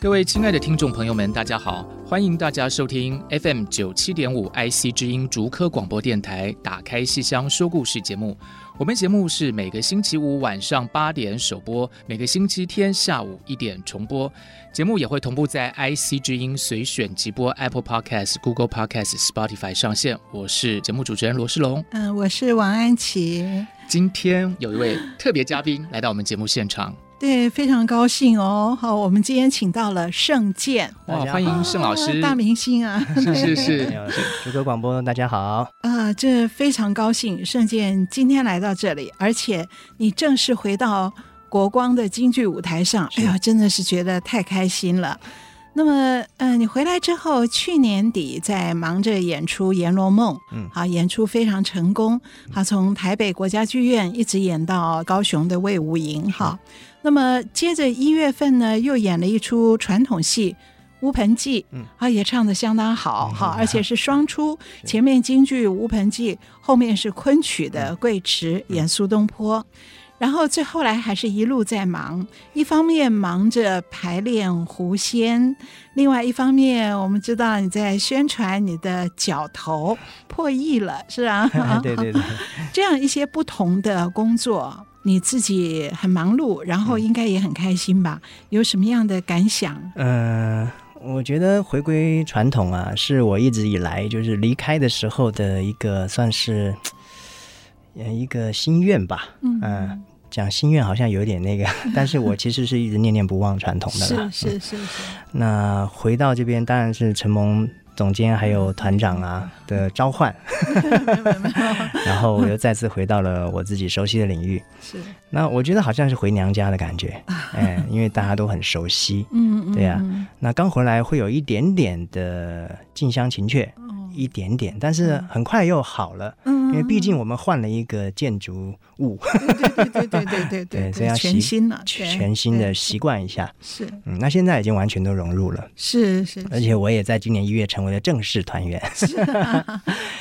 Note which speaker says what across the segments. Speaker 1: 各位亲爱的听众朋友们，大家好！欢迎大家收听 FM 九七点五 IC 之音竹科广播电台《打开戏箱说故事》节目。我们节目是每个星期五晚上八点首播，每个星期天下午一点重播。节目也会同步在 IC 之音随选即播 Apple Podcast、Google Podcast、Spotify 上线。我是节目主持人罗世龙。
Speaker 2: 嗯、我是王安琪，
Speaker 1: 今天有一位特别嘉宾来到我们节目现场，
Speaker 2: 对，非常高兴哦。好，我们今天请到了盛健，
Speaker 1: 哇，
Speaker 3: 大家好
Speaker 1: 欢迎盛老师。
Speaker 2: 啊大明星啊，
Speaker 1: 是是
Speaker 3: 没
Speaker 1: 是，
Speaker 3: 有主歌广播，大 家好。
Speaker 2: 啊，这非常高兴，盛健今天来到这里，而且你正式回到国光的京剧舞台上，哎呀，真的是觉得太开心了。那么，呃，你回来之后，去年底在忙着演出《阎罗梦》，
Speaker 3: 嗯
Speaker 2: 好，演出非常成功，好，从台北国家剧院一直演到高雄的魏武营，好，那么接着一月份呢，又演了一出传统戏《乌盆记》，
Speaker 3: 嗯，
Speaker 2: 啊，也唱得相当好，
Speaker 3: 嗯，
Speaker 2: 哈，而且是双出，前面京剧《乌盆记》，后面是昆曲的《桂池》演苏东坡。然后最后来还是一路在忙，一方面忙着排练《狐仙》，另外一方面我们知道你在宣传你的脚头破译了，是啊
Speaker 3: 对 对对，
Speaker 2: 这样一些不同的工作，你自己很忙碌，然后应该也很开心吧？有什么样的感想？
Speaker 3: 嗯、我觉得回归传统啊，是我一直以来就是离开的时候的一个算是，呃，一个心愿吧。
Speaker 2: 嗯
Speaker 3: 嗯讲心愿好像有点那个， 但是我其实是一直念念不忘传统的啦。
Speaker 2: 是是是，
Speaker 3: 那回到这边，当然是承蒙总监还有团长啊的 召唤， 然后我又再次回到了我自己熟悉的领域。
Speaker 2: 是，
Speaker 3: 那我觉得好像是回娘家的感 觉，哎，因为大家都很熟悉。
Speaker 2: 嗯嗯，
Speaker 3: 对啊呀
Speaker 2: 嗯
Speaker 3: 那刚回来会有一点点的近乡情怯，
Speaker 2: 哦
Speaker 3: 一点点，但是很快又好了，
Speaker 2: 嗯，
Speaker 3: 因为毕竟
Speaker 2: 我
Speaker 3: 我们换了一个建筑物，
Speaker 2: 对对对对对对
Speaker 3: 对所以要习
Speaker 2: 全新了，对
Speaker 3: 全新的
Speaker 2: 对
Speaker 3: 习惯一下。
Speaker 2: 是
Speaker 3: 嗯，那现在已经完全都融入了，
Speaker 2: 是是，
Speaker 3: 而且我也在今年一月成为了正式团员。
Speaker 2: 是啊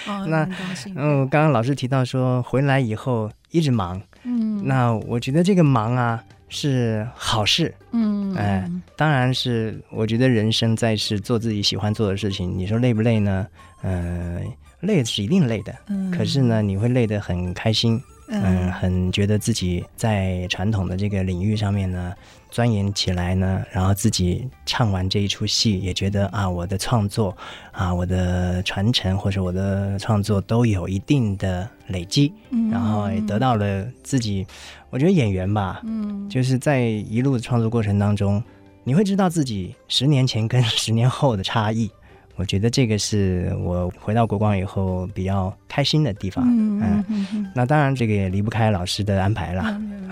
Speaker 2: 哦
Speaker 3: 那
Speaker 2: 很高兴，
Speaker 3: 嗯，刚刚老师提到说回来以后一直忙，
Speaker 2: 嗯
Speaker 3: 那我觉得这个忙啊是好事，
Speaker 2: 嗯
Speaker 3: 哎
Speaker 2: 嗯
Speaker 3: 当然是，我觉得人生在世，做自己喜欢做的事情，你说累不累呢？嗯、累是一定累的，
Speaker 2: 嗯
Speaker 3: 可是呢，你会累得很开心，嗯、
Speaker 2: 嗯
Speaker 3: 很觉得自己在传统的这个领域上面呢钻研起来呢，然后自己唱完这一出戏，也觉得啊，我的创作啊，我的传承或者我的创作都有一定的累积，
Speaker 2: 嗯
Speaker 3: 然后也得到了自己，我觉得演员吧，
Speaker 2: 嗯
Speaker 3: 就是在一路的创作过程当中，你会知道自己十年前跟十年后的差异。我觉得这个是我回到国光以后比较开心的地方。
Speaker 2: 嗯
Speaker 3: 哎
Speaker 2: 嗯嗯嗯
Speaker 3: 那当然，这个也离不开老师的安排 啦。
Speaker 2: 嗯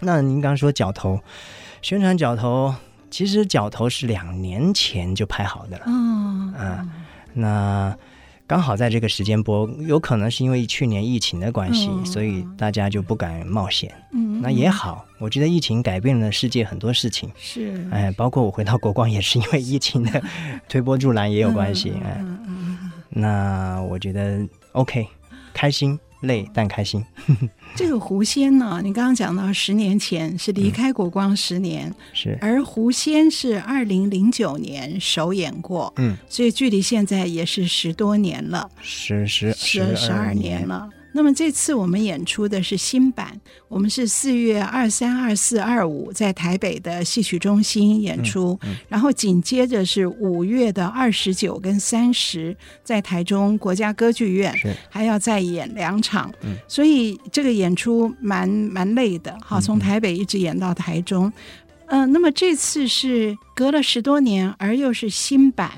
Speaker 3: 那您刚说角头，宣传角头，其实角头是两年前就拍好的了。
Speaker 2: 嗯
Speaker 3: 啊那刚好在这个时间播，有可能是因为去年疫情的关系，
Speaker 2: 嗯
Speaker 3: 所以大家就不敢冒险。
Speaker 2: 嗯
Speaker 3: 那也好，我觉得疫情改变了世界很多事情。
Speaker 2: 是
Speaker 3: 哎，包括我回到国光也是因为疫情的推波助澜也有关系。哎，
Speaker 2: 嗯嗯嗯
Speaker 3: 那我觉得 OK，开心累但开心。
Speaker 2: 这个狐仙呢，你刚刚讲到十年前是离开国光十年，
Speaker 3: 是，
Speaker 2: 而狐仙是二零零九年首演过，
Speaker 3: 嗯，
Speaker 2: 所以距离现在也是十多年了，
Speaker 3: 十十
Speaker 2: 十十
Speaker 3: 二
Speaker 2: 二年。了。那么这次我们演出的是新版，我们是四月二三、二四、二五在台北的戏曲中心
Speaker 3: 嗯
Speaker 2: 演出，然后紧接着是五月的二十九跟三十在台中国家歌剧院，
Speaker 3: 是
Speaker 2: 还要再演两场，
Speaker 3: 嗯
Speaker 2: 所以这个演出蛮蛮累的，好，从
Speaker 3: 嗯
Speaker 2: 台北一直演到台中。嗯、那么这次是隔了十多年，而又是新版，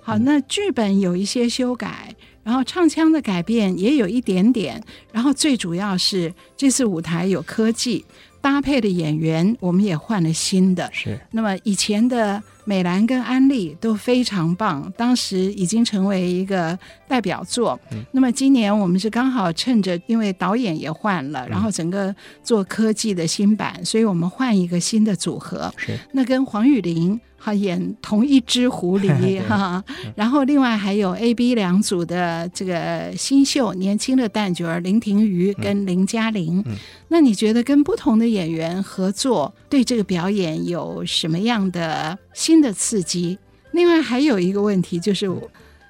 Speaker 2: 好，那剧本有一些修改，然后唱腔的改变也有一点点，然后最主要是这次舞台有科技搭配的演员，我们也换了新的。
Speaker 3: 是
Speaker 2: 那么以前的美兰跟安利都非常棒，当时已经成为一个代表作。那么今年我们是刚好趁着，因为导演也换了，然后整个做科技的新版，所以我们换一个新的组合。
Speaker 3: 是，
Speaker 2: 那跟黄雨玲哈演同一只狐狸
Speaker 3: 对
Speaker 2: 哈，然后另外还有 A、B 两组的这个新秀年轻的旦角儿林庭瑜
Speaker 3: 嗯
Speaker 2: 跟林嘉玲。那你觉得跟不同的演员合作，对这个表演有什么样的新的刺激？另外还有一个问题就是。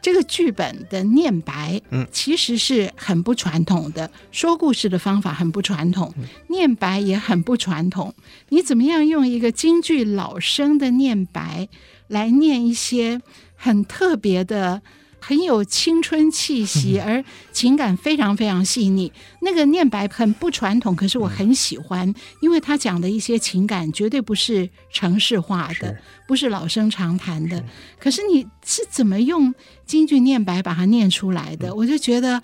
Speaker 2: 这个剧本的念白，
Speaker 3: 嗯
Speaker 2: 其实是很不传统的，说故事的方法很不传统，
Speaker 3: 嗯
Speaker 2: 念白也很不传统。你怎么样用一个京剧老生的念白来念一些很特别的、很有青春气息，而情感非常非常细腻。那个念白很不传统，可是我很喜欢，因为他讲的一些情感绝对不是城市化的
Speaker 3: 是，
Speaker 2: 不是老生常谈的。可是你是怎么用京剧念白把它念出来的？我就觉得。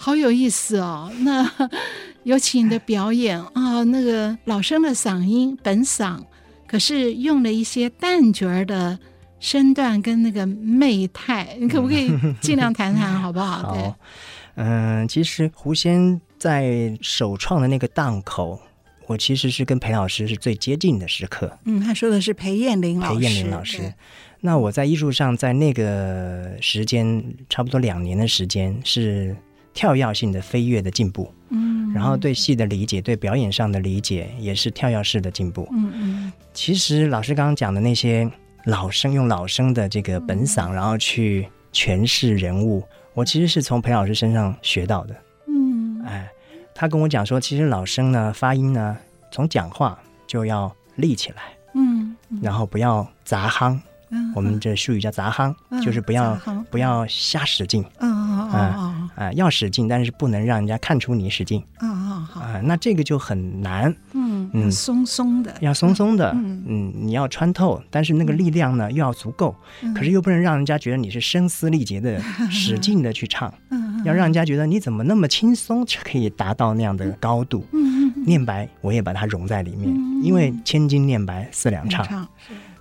Speaker 2: 好有意思哦！那 尤其你的表演啊、那个老生的嗓音本嗓，可是用了一些旦角儿的身段跟那个媚态，你可不可以尽量谈谈好不好？对
Speaker 3: 好，，嗯、其实狐仙在首创的那个档口，我其实是跟裴老师是最接近的时刻。
Speaker 2: 嗯，他说的是裴艳玲老
Speaker 3: 裴
Speaker 2: 师，
Speaker 3: 艳玲老师
Speaker 2: 对。
Speaker 3: 那我在艺术上，在那个时间差不多两年的时间，是跳跃性的飞跃的进步，
Speaker 2: 嗯，
Speaker 3: 然后对戏的理解、对表演上的理解也是跳跃式的进步。
Speaker 2: 嗯嗯
Speaker 3: 其实老师刚刚讲的那些老生用老生的这
Speaker 2: 嗯
Speaker 3: 个本嗓，然后去诠释人物，我其实是从裴老师身上学到的。
Speaker 2: 嗯
Speaker 3: 哎，他跟我讲说，其实老生呢发音呢，从讲话就要立起来，
Speaker 2: 嗯
Speaker 3: 然后不要杂夯。
Speaker 2: 嗯，
Speaker 3: 我们这术语叫杂夯，
Speaker 2: 嗯
Speaker 3: 就是不要
Speaker 2: 杂夯
Speaker 3: 不要瞎使劲啊、
Speaker 2: 嗯哦哦
Speaker 3: 要使劲，但是不能让人家看出你使劲
Speaker 2: 哦哦好，
Speaker 3: 啊、那这个就很难，
Speaker 2: 嗯
Speaker 3: 嗯
Speaker 2: 松松的，
Speaker 3: 要松松的，
Speaker 2: 嗯
Speaker 3: 嗯你要穿透，但是那个力量呢又要足够，
Speaker 2: 嗯
Speaker 3: 可是又不能让人家觉得你是声嘶力 竭的使劲的去唱，
Speaker 2: 嗯
Speaker 3: 要让人家觉得你怎么那么轻松就可以达到那样的高度。
Speaker 2: 嗯嗯
Speaker 3: 念白我也把它融在里面，
Speaker 2: 嗯
Speaker 3: 因为千金念白四两
Speaker 2: 嗯
Speaker 3: 唱，
Speaker 2: 唱，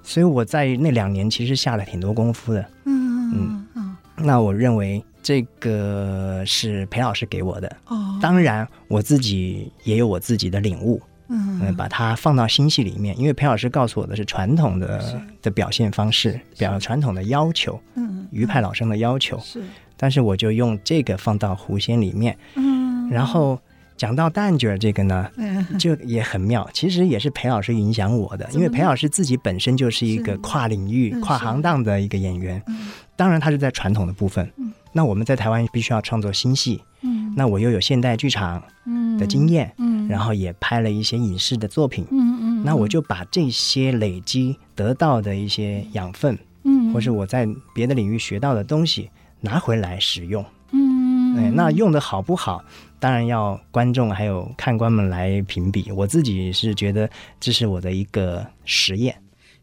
Speaker 3: 所以我在那两年其实下了挺多功夫的。
Speaker 2: 嗯嗯嗯
Speaker 3: 那我认为这个是裴老师给我的，
Speaker 2: 哦，
Speaker 3: 当然我自己也有我自己的领悟，嗯，
Speaker 2: 嗯
Speaker 3: 把它放到新戏里面，因为裴老师告诉我的是传统的的表现方式，表传统的要求，
Speaker 2: 嗯
Speaker 3: 余派老生的要求，
Speaker 2: 是
Speaker 3: 但是我就用这个放到狐仙里面，
Speaker 2: 嗯，
Speaker 3: 然后讲到旦角儿这个呢。
Speaker 2: 嗯
Speaker 3: 就也很妙，其实也是裴老师影响我的，因为裴老师自己本身就是一个
Speaker 2: 是
Speaker 3: 跨领域
Speaker 2: 嗯、
Speaker 3: 跨
Speaker 2: 是
Speaker 3: 行当的一个演员，
Speaker 2: 嗯
Speaker 3: 当然他是在传统的部分
Speaker 2: 嗯。
Speaker 3: 那我们在台湾必须要创作新戏，
Speaker 2: 嗯
Speaker 3: 那我又有现代剧场
Speaker 2: 嗯
Speaker 3: 的经，验，
Speaker 2: 嗯，
Speaker 3: 然后也拍了一些影视的作品，
Speaker 2: 嗯嗯，
Speaker 3: 那我就把这些累积得到的一些养分，
Speaker 2: 嗯，
Speaker 3: 或是我在别的领域学到的东西拿回来使用。
Speaker 2: 嗯，
Speaker 3: 哎，那用的好不好，当然要观众还有看官们来评比。我自己是觉得这是我的一个实验，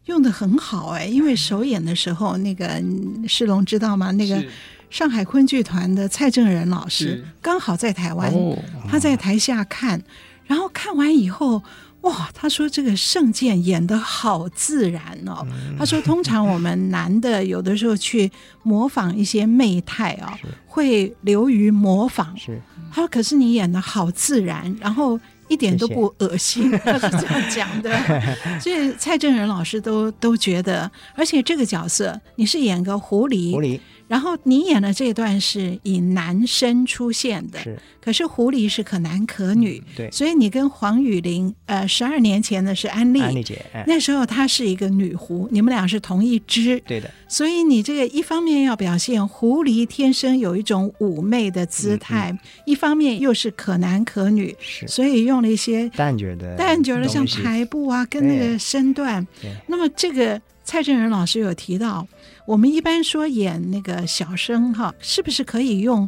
Speaker 2: 用的很好哎，因为首演的时候，那个嗯世龙知道吗？那个
Speaker 1: 是
Speaker 2: 上海昆剧团的蔡正仁老师
Speaker 1: 是
Speaker 2: 刚好在台湾，
Speaker 1: 哦，
Speaker 2: 他在台下看，然后看完以后。哇，他说这个圣剑演得好自然哦。
Speaker 3: 嗯
Speaker 2: 他说，通常我们男的有的时候去模仿一些媚态 哦，会流于模仿。
Speaker 3: 是
Speaker 2: 他说，可是你演得好自然，然后一点都
Speaker 3: 谢谢
Speaker 2: 不恶 心。他是这样讲的，所以蔡正仁老师都都觉得，而且这个角色你是演个狐狸，
Speaker 3: 狐狸
Speaker 2: 然后你演的这段是以男生出现的，
Speaker 3: 是嗯
Speaker 2: 可是狐狸是可男可女，
Speaker 3: 对
Speaker 2: 所以你跟黄雨玲，呃，十二年前的是安利，
Speaker 3: 安丽姐，哎，
Speaker 2: 那时候她是一个女狐，你们俩是同一只，
Speaker 3: 对的，
Speaker 2: 所以你这个一方面要表现狐狸天生有一种妩媚的姿态，一方面又是可男可女，
Speaker 3: 是
Speaker 2: 所以用了一些
Speaker 3: 旦角的
Speaker 2: 但觉得像
Speaker 3: 东西
Speaker 2: 排布啊，跟那个
Speaker 3: 对
Speaker 2: 身段
Speaker 3: 对。
Speaker 2: 那么这个蔡正仁老师有提到，我们一般说演那个小生哈，是不是可以用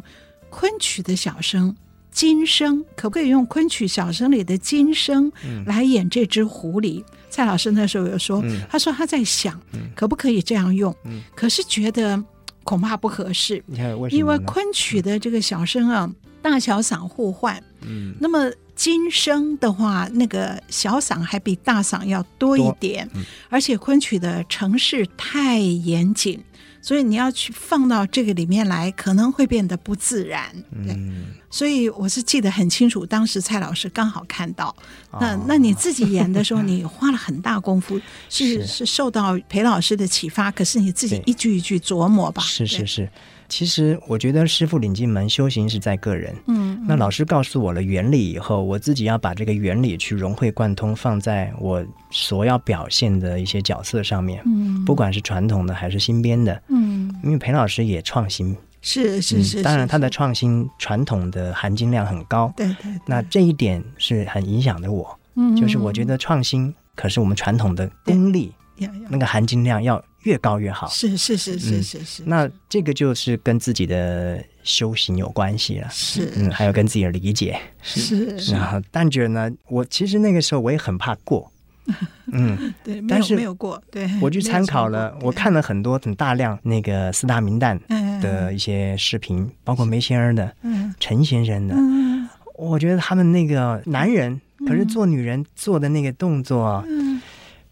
Speaker 2: 昆曲的小生？金生可不可以用昆曲小生里的金生
Speaker 3: 嗯
Speaker 2: 来演这只狐狸？蔡
Speaker 3: 嗯
Speaker 2: 老师那时候有说，他说他在想，可不可以这样用？可是觉得恐怕不合适，
Speaker 3: 你看为什
Speaker 2: 因
Speaker 3: 么
Speaker 2: 为
Speaker 3: 呢？
Speaker 2: 昆曲的这个小生啊，大小嗓互换，
Speaker 3: 嗯，
Speaker 2: 那么今生的话，那个小嗓还比大嗓要多一点，
Speaker 3: 嗯
Speaker 2: 而且昆曲的程式太严谨，所以你要去放到这个里面来，可能会变得不自然。
Speaker 3: 嗯
Speaker 2: 对，所以我是记得很清楚，当时蔡老师刚好看到，那
Speaker 3: 哦
Speaker 2: 那你自己演的时候，你花了很大功 夫，是
Speaker 3: 是
Speaker 2: 是受到裴老师的启发，可是你自己
Speaker 3: 对
Speaker 2: 一句一句琢磨吧。
Speaker 3: 是
Speaker 2: 对
Speaker 3: 是，是，其实我觉得师傅领进门，修行是在个人。
Speaker 2: 嗯，
Speaker 3: 那老师告诉我了原理以后，我自己要把这个原理去融会贯通，放在我所要表现的一些角色上面，
Speaker 2: 嗯
Speaker 3: 不管是传统的还是新编的。
Speaker 2: 嗯，
Speaker 3: 因为裴老师也创新，
Speaker 2: 是是
Speaker 3: 嗯
Speaker 2: 是，
Speaker 3: 当然
Speaker 2: 是
Speaker 3: 他的
Speaker 2: 是
Speaker 3: 创新传统的含金量很高，
Speaker 2: 对嗯对对
Speaker 3: 那这一点是很影响的我，就是我觉得创新可是我们传统的功力
Speaker 2: 呀呀
Speaker 3: 那个含金量要越高越好。嗯
Speaker 2: 是是是是是是，
Speaker 3: 那这个就是跟自己的修行有关系了，
Speaker 2: 是
Speaker 3: 嗯，还有跟自己的理解。
Speaker 2: 是是，
Speaker 3: 然后但觉得呢，我其实那个时候我也很怕过，嗯，
Speaker 2: 对，没
Speaker 3: 但
Speaker 2: 有
Speaker 3: 是
Speaker 2: 没有过，对，
Speaker 3: 我
Speaker 2: 哎没
Speaker 3: 去
Speaker 2: 有
Speaker 3: 参
Speaker 2: 成
Speaker 3: 考
Speaker 2: 过
Speaker 3: 了，
Speaker 2: 对
Speaker 3: 我看了很多很大量那个四大名旦
Speaker 2: 嗯
Speaker 3: 的一些视频，包括梅仙儿的、
Speaker 2: 嗯
Speaker 3: 陈先生的，
Speaker 2: 嗯
Speaker 3: 我觉得他们那个男人，可是做女人做的那个动作，
Speaker 2: 嗯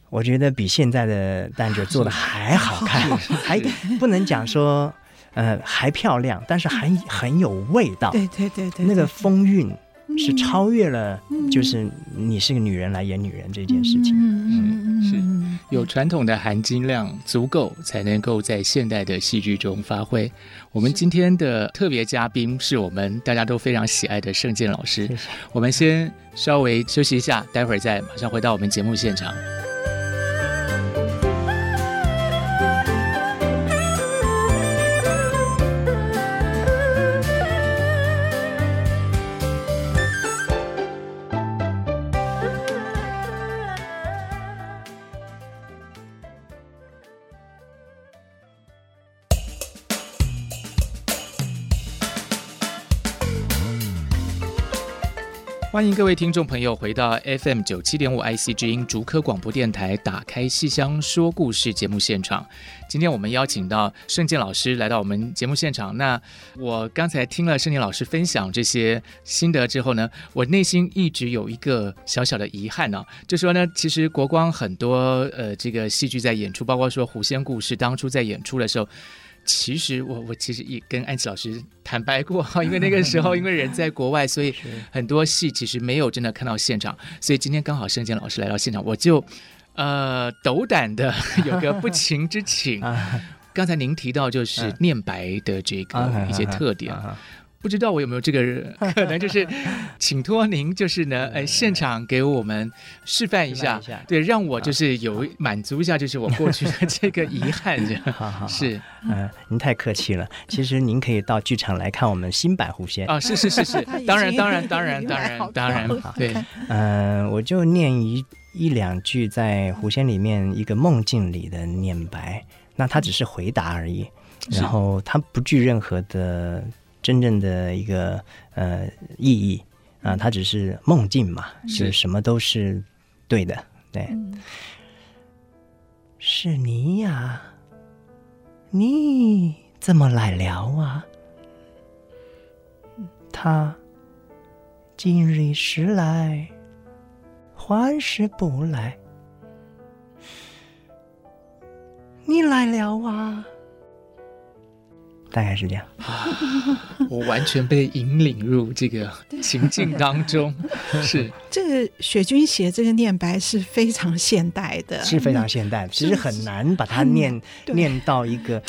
Speaker 3: 我觉得比现在的旦角做的还好看，还不能讲说，呃，还漂亮，但是
Speaker 2: 嗯
Speaker 3: 还很有味道，
Speaker 2: 对对对对，
Speaker 3: 那个
Speaker 2: 对
Speaker 3: 风韵是超越了
Speaker 2: 嗯，
Speaker 3: 就是你是个女人来演女人这件事情。
Speaker 2: 嗯嗯嗯
Speaker 1: 是
Speaker 2: 嗯
Speaker 1: 有传统的含金量足够，才能够在现代的戏剧中发挥。我们今天的特别嘉宾是我们大家都非常喜爱的盛健老师。
Speaker 3: 谢谢
Speaker 1: 我们先稍微休息一下，待会儿再马上回到我们节目现场。欢迎各位听众朋友回到 FM 九七点五 IC 之音竹科广播电台，打开戏箱说故事节目现场。今天我们邀请到盛健老师来到我们节目现场。那我刚才听了盛健老师分享这些心得之后呢，我内心一直有一个小小的遗憾呢、啊就说呢，其实国光很多呃这个戏剧在演出，包括说《狐仙故事》当初在演出的时候。其实我我其实也跟安琪老师坦白过， 因为那个时候因为人在国外，所以很多戏其实没有真的看到现场，所以今天刚好盛健老师来到现场，我就呃斗胆的 有个不情之 请。
Speaker 3: 啊
Speaker 1: 刚才您提到就是念白的这个一些特点，
Speaker 3: 嗯啊
Speaker 1: 不知道我有没有这个 可能， 就是请托您就是呢，呃，现场给我们示范一下
Speaker 3: 示范一下，
Speaker 1: 对，让我就是有满足一下，就是我过去的这个遗憾，这样
Speaker 3: 好好，
Speaker 1: 是
Speaker 3: 嗯，啊您太客气了。其实您可以到剧场来看我们新版《狐仙》。
Speaker 1: 啊，是是是是
Speaker 2: 他已，
Speaker 1: 当然
Speaker 2: 经
Speaker 1: 当然当然
Speaker 2: 明
Speaker 1: 当
Speaker 2: 白好
Speaker 1: 然当然
Speaker 2: 多了，
Speaker 1: 对，
Speaker 3: 嗯，我就念一一两句在《狐仙》里面一个梦境里的念白，那他只是回答而已，
Speaker 1: 是
Speaker 3: 然后他不具任何的真正的一个呃意义啊，它只是梦境嘛，
Speaker 1: 是
Speaker 3: 是什么都是对的，对，是你呀，你怎么来了啊？他今日时来，还是不来？你来了啊？大概是这样。
Speaker 1: 我完全被引领入这个情境当 中，是
Speaker 2: 这个雪君写这个念白是非常现代的，
Speaker 3: 是非常现代的，其实很难把它念
Speaker 2: 对
Speaker 3: 念到一 个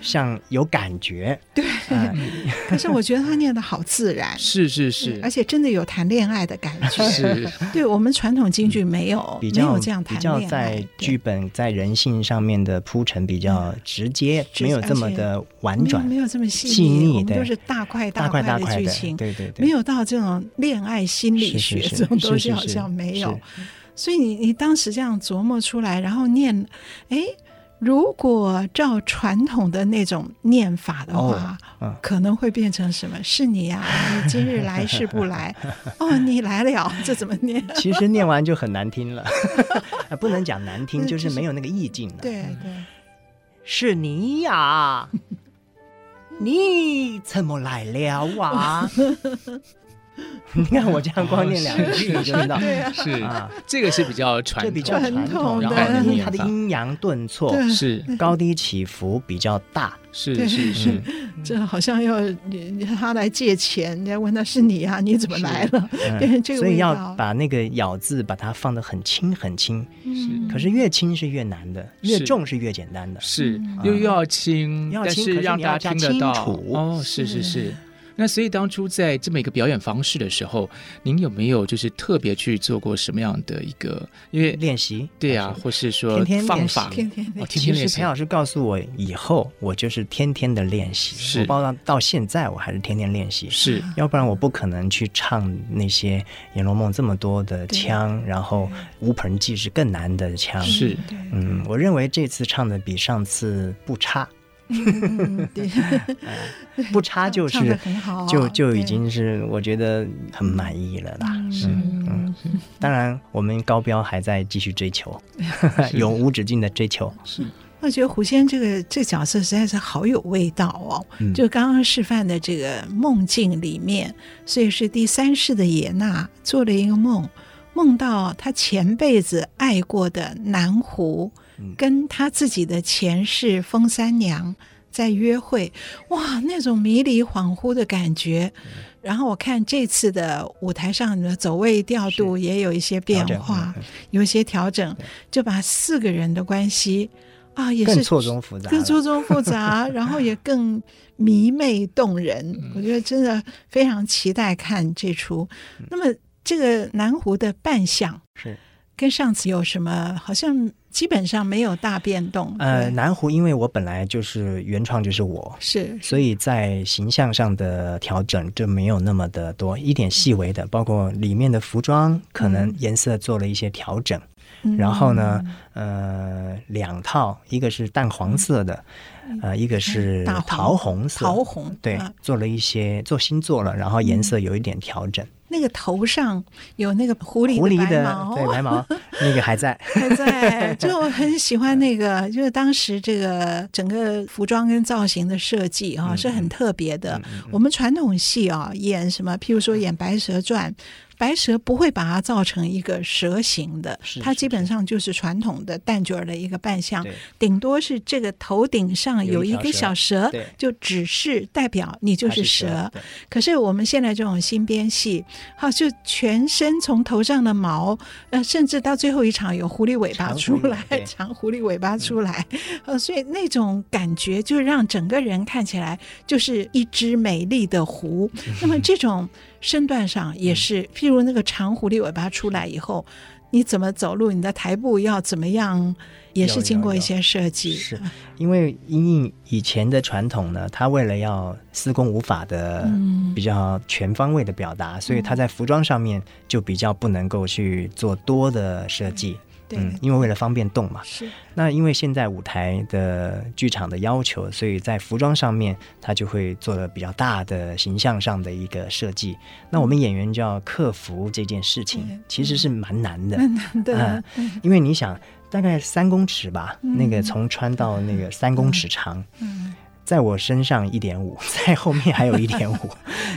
Speaker 3: 像有感觉。呃对，
Speaker 2: 可是我觉得他念的好自 然，嗯
Speaker 1: 是是是
Speaker 2: 而，且真的有谈恋爱的感觉。
Speaker 1: 是
Speaker 2: 对我们传统京剧没有
Speaker 3: 比
Speaker 2: 没
Speaker 3: 较
Speaker 2: 有这样
Speaker 3: 比
Speaker 2: 谈
Speaker 3: 较
Speaker 2: 恋爱
Speaker 3: 在，
Speaker 2: 对
Speaker 3: 剧
Speaker 2: 嗯
Speaker 3: 本在人性上面的铺陈比较直接，
Speaker 2: 直
Speaker 3: 没有
Speaker 2: 而
Speaker 3: 这么
Speaker 2: 且
Speaker 3: 的婉
Speaker 2: 没有
Speaker 3: 转
Speaker 2: 没，有这么细
Speaker 3: 细
Speaker 2: 腻，
Speaker 3: 腻
Speaker 2: 我们都
Speaker 3: 对
Speaker 2: 是大块
Speaker 3: 大
Speaker 2: 块
Speaker 3: 大块
Speaker 2: 剧情，
Speaker 3: 对对对，
Speaker 2: 没有到这种恋爱心理
Speaker 3: 是
Speaker 2: 学
Speaker 3: 是是
Speaker 2: 这种
Speaker 3: 是
Speaker 2: 东西
Speaker 3: 是
Speaker 2: 好
Speaker 3: 是
Speaker 2: 像没
Speaker 3: 是
Speaker 2: 有。所以你你当时这样琢磨出来，然后念，哎，如果照传统的那种念法的话，
Speaker 3: 嗯
Speaker 2: 可能会变成什么？是你呀、你今日来是不 来？哦，你来了， 这怎么念？
Speaker 3: 其实念完就很难听了， 不能讲难听，
Speaker 2: 嗯
Speaker 3: 就
Speaker 2: 就是是
Speaker 3: 嗯没有那个意境了。
Speaker 2: 对对，
Speaker 3: 是你呀，你怎么来了 啊？你看我这样光念两句你就知道，
Speaker 2: 对啊
Speaker 1: 是
Speaker 3: 啊，
Speaker 1: 这个是比较传
Speaker 3: 这
Speaker 1: 统，
Speaker 3: 比较传统，
Speaker 2: 传统
Speaker 3: 然
Speaker 1: 然
Speaker 3: 后
Speaker 1: 后
Speaker 2: 的
Speaker 1: 你
Speaker 3: 它的阴阳顿挫，
Speaker 2: 对
Speaker 1: 是
Speaker 3: 高低起伏比较大。
Speaker 1: 是
Speaker 2: 对
Speaker 1: 是是，
Speaker 3: 嗯
Speaker 2: 这好像要你你他来借钱，人家问他是你啊，你怎么来了？
Speaker 3: 嗯
Speaker 2: 对这个
Speaker 3: 所以
Speaker 2: 味
Speaker 3: 要
Speaker 2: 道
Speaker 3: 把那个咬字把它放得很轻很轻，
Speaker 2: 嗯
Speaker 3: 可是越轻是越难的，越
Speaker 1: 是
Speaker 3: 重是越简单的。
Speaker 1: 是
Speaker 2: 嗯
Speaker 1: 又要轻，
Speaker 3: 嗯要
Speaker 1: 但
Speaker 3: 轻
Speaker 1: 是
Speaker 3: 可是
Speaker 1: 让
Speaker 3: 你要
Speaker 1: 大家
Speaker 3: 加
Speaker 1: 听得
Speaker 3: 清
Speaker 1: 到。
Speaker 3: 楚
Speaker 1: 哦，是是
Speaker 2: 是
Speaker 1: 是。那所以当初在这么一个表演方式的时候，您有没有就是特别去做过什么样的一个？因为
Speaker 3: 练习
Speaker 1: 对啊，或是说
Speaker 3: 天天
Speaker 1: 方
Speaker 3: 练习
Speaker 1: 法，
Speaker 2: 天天练
Speaker 1: 哦，天
Speaker 3: 其
Speaker 1: 天
Speaker 3: 实
Speaker 1: 练习
Speaker 3: 裴，老师告诉我以后，我就是天天的练习。
Speaker 1: 是
Speaker 3: 我包括到现在，我还是天天练习。
Speaker 1: 是
Speaker 3: 要不然我不可能去唱那些《红楼梦》这么多的腔，然后乌盆记是更难的腔。
Speaker 1: 是
Speaker 2: 对，
Speaker 3: 嗯，我认为这次唱的比上次不差，
Speaker 2: 嗯对，
Speaker 3: 不差就
Speaker 2: 唱得
Speaker 3: 是
Speaker 2: 很好，啊
Speaker 3: 就就已
Speaker 2: 对
Speaker 3: 经是我觉得很满意了啦。
Speaker 1: 是
Speaker 2: 嗯
Speaker 3: 当然，我们高标还在继续 追求，永无止境的追求。
Speaker 2: 我觉得胡仙这个这角色实在是好有味道哦，
Speaker 3: 嗯
Speaker 2: 就刚刚示范的这个梦境里面，所以是第三世的野娜做了一个梦，梦到她前辈子爱过的南湖，
Speaker 3: 嗯
Speaker 2: 跟她自己的前世封三娘在约会，哇，那种迷离恍惚的感觉。
Speaker 3: 嗯
Speaker 2: 然后我看这次的舞台上的走位调度也有一些变
Speaker 3: 调整
Speaker 2: 化
Speaker 3: 嗯嗯，
Speaker 2: 有一些调整，就把四个人的关系啊也是
Speaker 3: 更错综复杂了，
Speaker 2: 更错综复 杂，然后也更迷媚动人。
Speaker 3: 嗯
Speaker 2: 我觉得真的非常期待看这出。
Speaker 3: 嗯
Speaker 2: 那么这个南湖的扮相
Speaker 3: 是
Speaker 2: 跟上次有什么？好像基本上没有大变动。
Speaker 3: 呃，
Speaker 2: 对，
Speaker 3: 南湖因为我本来就是原创就是我，
Speaker 2: 是
Speaker 3: 所以在形象上的调整就没有那么的多，一点细
Speaker 2: 嗯
Speaker 3: 微的，包括里面的服装可能颜色做了一些调整，
Speaker 2: 嗯
Speaker 3: 然后呢，呃，两套，一个是淡黄色的，呃，一个
Speaker 2: 嗯
Speaker 3: 是
Speaker 2: 哎大红
Speaker 3: 桃红色，
Speaker 2: 桃红
Speaker 3: 对
Speaker 2: 啊，嗯
Speaker 3: 做了一些做新做了，然后颜色有一点调整，
Speaker 2: 那个头上有那个狐狸
Speaker 3: 狐狸
Speaker 2: 白
Speaker 3: 的
Speaker 2: 毛，
Speaker 3: 对 白毛那个还在，
Speaker 2: 还在，就我很喜欢那个，就是当时这个整个服装跟造型的设计
Speaker 3: 嗯
Speaker 2: 啊、是很特别的。我们传统戏啊，演什么，譬如说演《白蛇传》。白蛇不会把它造成一个蛇形的，
Speaker 3: 是
Speaker 2: 它
Speaker 3: 是
Speaker 2: 基本上就是传统的蛋卷儿的一个扮相
Speaker 3: 对，
Speaker 2: 顶多是这个头顶上有
Speaker 3: 有一
Speaker 2: 一
Speaker 3: 条
Speaker 2: 根
Speaker 3: 蛇
Speaker 2: 小蛇
Speaker 3: 对，
Speaker 2: 就只是代表你就
Speaker 3: 它是
Speaker 2: 蛇。
Speaker 3: 对
Speaker 2: 可是我们现在这种新编戏，好，就全身从头上的毛，呃，甚至到最后一场有狐狸尾巴
Speaker 3: 长
Speaker 2: 出
Speaker 3: 狐狸
Speaker 2: 来，
Speaker 3: 对
Speaker 2: 长狐狸尾巴出来，呃，所以那种感觉就让整个人看起来就是一只美丽的狐。
Speaker 3: 嗯
Speaker 2: 那么这种身段上也是，譬如那个长狐狸尾巴出来以后。你怎么走路？你的台步要怎么样？也
Speaker 3: 有
Speaker 2: 是经
Speaker 3: 有
Speaker 2: 过一
Speaker 3: 有
Speaker 2: 些设计。
Speaker 3: 是因为因应以前的传统呢，他为了要四功五法的比较全方位的表达，所以他在服装上面就比较不能够去做多的设计。
Speaker 2: 对，
Speaker 3: 嗯，因为为了方便动嘛。
Speaker 2: 是
Speaker 3: 那因为现在舞台的剧场的要求，所以在服装上面，他就会做了比较大的形象上的一个设计。那我们演员就要克服这件事
Speaker 2: 嗯
Speaker 3: 情，其实是蛮难的。
Speaker 2: 蛮难的
Speaker 3: 嗯。因为你想，大概三公尺吧，那个从穿到那个三公尺长，
Speaker 2: 嗯
Speaker 3: 在我身上一点五， 在后面还有一点五，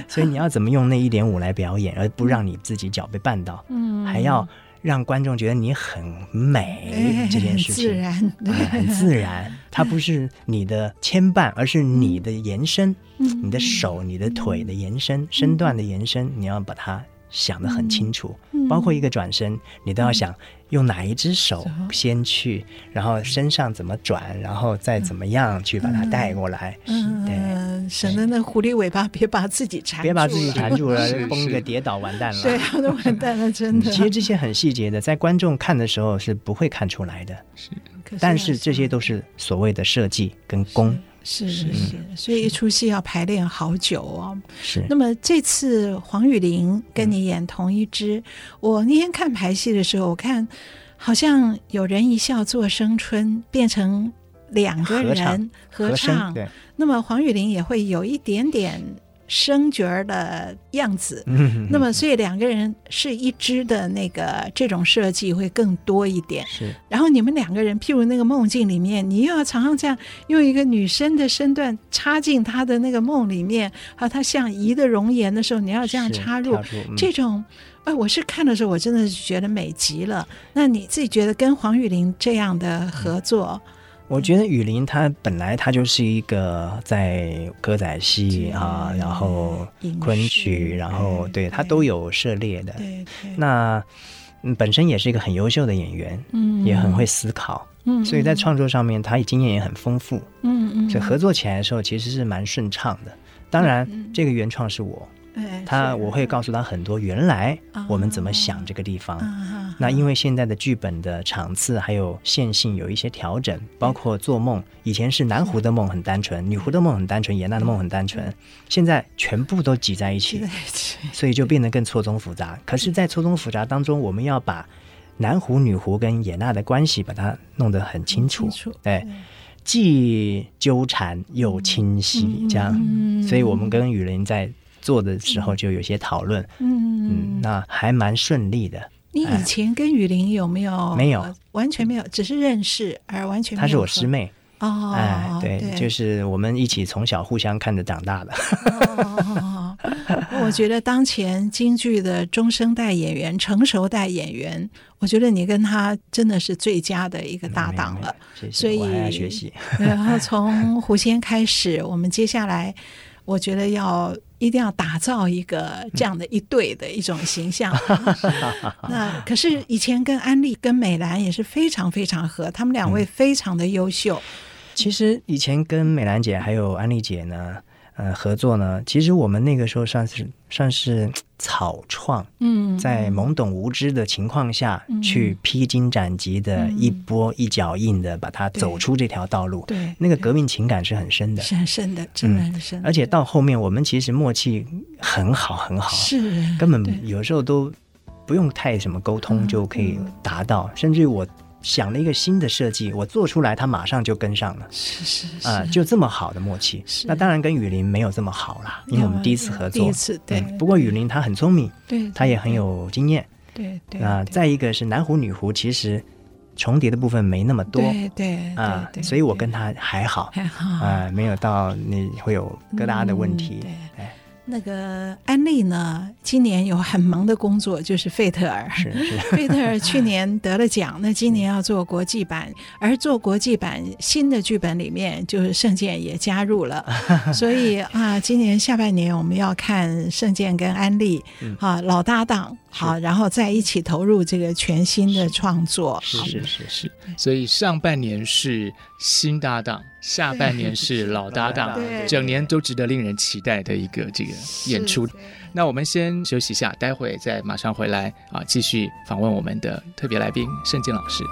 Speaker 3: 所以你要怎么用那一点五来表演，而不让你自己脚被绊到，
Speaker 2: 嗯
Speaker 3: 还要让观众觉得你很美
Speaker 2: 哎
Speaker 3: 这件
Speaker 2: 很
Speaker 3: 事
Speaker 2: 自
Speaker 3: 情。
Speaker 2: 然，
Speaker 3: 哎
Speaker 2: 对，
Speaker 3: 很自然，它不是你的牵绊，而是你的延伸，你的手、你的腿的延伸、身段的延伸，你要把它想得很清楚。包括一个转身，你都要想用哪一只手先去，然后身上怎么转，然后再怎么样去把它带过来。对，
Speaker 2: 嗯，省得那狐狸尾巴别把自己缠住了，
Speaker 3: 别把自己缠住了
Speaker 1: 是，
Speaker 3: 崩
Speaker 1: 是
Speaker 3: 个跌倒，完蛋了。
Speaker 2: 对啊，那完蛋了，真
Speaker 3: 嗯
Speaker 2: 的。
Speaker 3: 其实这些很细节的，在观众看的时候是不会看出来的，
Speaker 2: 可
Speaker 3: 但是这些都是所谓的设计跟功。
Speaker 2: 是是是，所以一出戏要排练好久哦。
Speaker 3: 是
Speaker 2: 那么这次黄雨玲跟你演同一支，我那天看排戏的时候，我看好像有人一笑作生春，变成两个
Speaker 3: 合唱
Speaker 2: 人合
Speaker 3: 和
Speaker 2: 唱
Speaker 3: 声，对，
Speaker 2: 那么黄雨玲也会有一点点生角儿的样子。
Speaker 3: 嗯，
Speaker 2: 那么，所以两个人是一支的那个这种设计会更多一点。
Speaker 3: 是
Speaker 2: 然后你们两个人，譬如那个梦境里面，你又要常常这样用一个女生的身段插进她的那个梦里面，啊，她像姨的容颜的时候，你要这样
Speaker 3: 是
Speaker 2: 插入
Speaker 3: 跳，出嗯
Speaker 2: 这种，哎，我是看的时候，我真的是觉得美极了。那你自己觉得跟黄雨玲这样的合作，
Speaker 3: 我觉得雨林她本来她就是一个在歌仔戏啊，然后
Speaker 2: 影视
Speaker 3: 昆曲，然后对她都有涉猎的。
Speaker 2: 对对，
Speaker 3: 嗯那嗯本身也是一个很优秀的演员，
Speaker 2: 嗯
Speaker 3: 也很会，思考，
Speaker 2: 嗯，
Speaker 3: 所以在创作上面她经验也很丰富，
Speaker 2: 嗯嗯，
Speaker 3: 所以合作起来的时候其实是蛮顺畅的。当然，这个原创是我，
Speaker 2: 哎
Speaker 3: 他
Speaker 2: 嗯是
Speaker 3: 我会告诉他很多原来我们怎么想这个地方。
Speaker 2: 啊
Speaker 3: 那
Speaker 2: 为
Speaker 3: 因为现在的剧本的场次还有线性有一些调整，包括做梦，以前是南湖的梦很单纯，女湖的梦很单纯，严娜的梦很单
Speaker 2: 嗯
Speaker 3: 纯，现在全部都挤在一
Speaker 2: 聚在
Speaker 3: 起，
Speaker 2: 一起，
Speaker 3: 所以就变得更错综复杂。可是，在错综复杂当中，我们要把南湖、女湖跟严娜的关系把它弄得很清楚，
Speaker 2: 清楚
Speaker 3: 对，既纠缠又清
Speaker 2: 嗯
Speaker 3: 晰，这样。所以我们跟雨林在做的时候就有些讨论，嗯，
Speaker 2: 嗯，
Speaker 3: 那还蛮顺利的。
Speaker 2: 你以前跟雨林有没有？
Speaker 3: 哎没有
Speaker 2: 呃，完全没有，只是认识，而完全没有
Speaker 3: 她是我
Speaker 2: 合
Speaker 3: 师妹，
Speaker 2: 哦，。
Speaker 3: 哎，对，就是是我们一起从小互相看着长大的。
Speaker 2: 哦，我觉得当前京剧的中生代演员、成熟代演员，我觉得你跟他真的是最佳的一个搭档 了。
Speaker 3: 谢谢，
Speaker 2: 所以
Speaker 3: 我还要学习。
Speaker 2: 然后从狐仙开始，我们接下来，我觉得要一定要打造一个这样的一对的一种形象。啊 那可是以前跟安利、跟美兰也是非常非常合，他们两
Speaker 3: 嗯
Speaker 2: 位非常的优秀。
Speaker 3: 其实以前跟美兰姐还有安利姐呢，呃，合作呢，其实我们那个时候算是算是草创，
Speaker 2: 嗯，
Speaker 3: 在懵懂无知的情况下，去披荆斩棘的一波一脚印的把它走出这条道路。
Speaker 2: 对，
Speaker 3: 那个革命情感是很深的，
Speaker 2: 嗯是很深的，真的
Speaker 3: 嗯
Speaker 2: 很深的，
Speaker 3: 而且到后面我们其实默契很好很好，
Speaker 2: 是
Speaker 3: 哦根
Speaker 2: 嗯对嗯
Speaker 3: 本有时候都不用太什么沟通就可以达到，甚至于我想了一个新的设计，我做出来它马上就跟上了，
Speaker 2: 是是是
Speaker 3: 啊、就这么好的默契。
Speaker 2: 是嗯
Speaker 3: 那当然跟雨林没有这么好啦，因为我们第一次合作，
Speaker 2: 第一次对
Speaker 3: 嗯。不过雨林他很聪明，
Speaker 2: 对，
Speaker 3: 他也很有经验。
Speaker 2: 对对
Speaker 3: 那、再一个是南湖女湖，其实重叠的部分没那么多
Speaker 2: 对对
Speaker 3: 啊、
Speaker 2: 对对
Speaker 3: 所以我
Speaker 2: 对
Speaker 3: 跟他还好。
Speaker 2: 还好
Speaker 3: 啊、没有到你会有疙瘩的问题
Speaker 2: 嗯。对
Speaker 3: 哎，
Speaker 2: 那个安利呢，今年有很忙的工作，就是费特 尔。
Speaker 3: 是是，
Speaker 2: 费特尔去年得了奖，那今年要做国际版，而做国际版新的剧本里面，就是圣剑也加入 了，所以啊，今年下半年我们要看圣剑跟安利
Speaker 3: 嗯
Speaker 2: 啊老搭档，好，然后再一起投入这个全新的创作，
Speaker 3: 是是是是，
Speaker 1: 所以上半年是新搭档，下半年是老搭档
Speaker 2: 对，
Speaker 1: 整年都值得令人期待的一个这个演出。那我们先休息一下，待会再马上回来啊，继续访问我们的特别来宾盛健老师。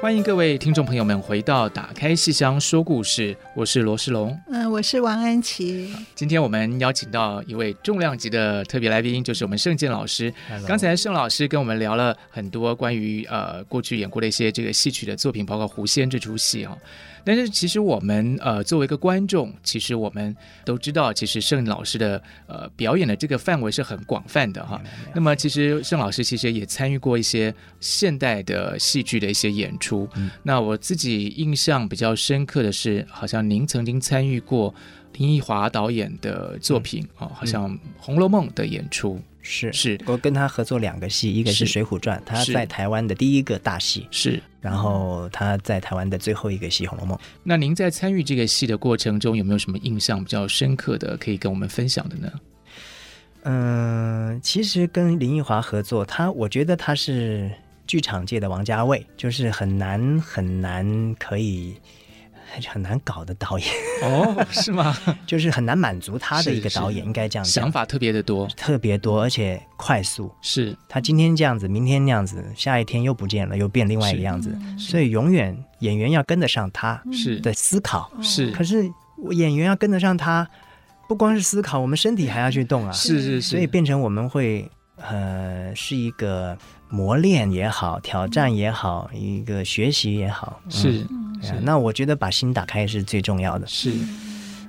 Speaker 1: 欢迎各位听众朋友们回到《打开戏箱说故事》，我是罗世龙。
Speaker 2: 嗯，我是王安琪。
Speaker 1: 今天我们邀请到一位重量级的特别来宾，就是我们盛健老师。刚才盛老师跟我们聊了很多关于呃过去演过的一些这个戏曲的作品，包括《狐仙》这出戏哈、但是其实我们呃作为一个观众，其实我们都知道，其实盛老师的呃表演的这个范围是很广泛的哈、那么其实盛老师其实也参与过一些现代的戏剧的一些演出。那我自己印象比较深刻的是，好像您曾经参与过林奕华导演的作品、哦，好像《红楼梦》的演出。
Speaker 3: 是
Speaker 1: 是
Speaker 3: 我跟他合作两个戏，一个是《
Speaker 1: 是
Speaker 3: 水浒传》，他
Speaker 1: 是
Speaker 3: 在台湾的第一个大戏，
Speaker 1: 是，
Speaker 3: 然后他在台湾的最后一个戏《红楼梦》。
Speaker 1: 那您在参与这个戏的过程中，有没有什么印象比较深刻的可以跟我们分享的呢？
Speaker 3: 嗯、其实跟林奕华合作，他我觉得他是剧场界的王家卫，就是很难很难可以很难搞的导演，
Speaker 1: 哦，是吗？
Speaker 3: 就是很难满足他的一个
Speaker 1: 是
Speaker 3: 导
Speaker 1: 是
Speaker 3: 演，应该这 样讲
Speaker 1: 想法特别的多，
Speaker 3: 特别多，而且快速。
Speaker 1: 是
Speaker 3: 他今天这样子，明天那样子，下一天又不见了，又变另外一个
Speaker 1: 是
Speaker 3: 样子，所以永远演员要跟得上他
Speaker 1: 是
Speaker 3: 的思考。
Speaker 1: 是
Speaker 3: 哦可是我演员要跟得上他，不光是思考，我们身体还要去动啊，
Speaker 1: 是是是，
Speaker 3: 所以变成我们会呃是一个磨练也好，挑战也好，一个学习也好。嗯
Speaker 1: 是
Speaker 3: 对啊那我觉得把心打开是最重要的。
Speaker 1: 是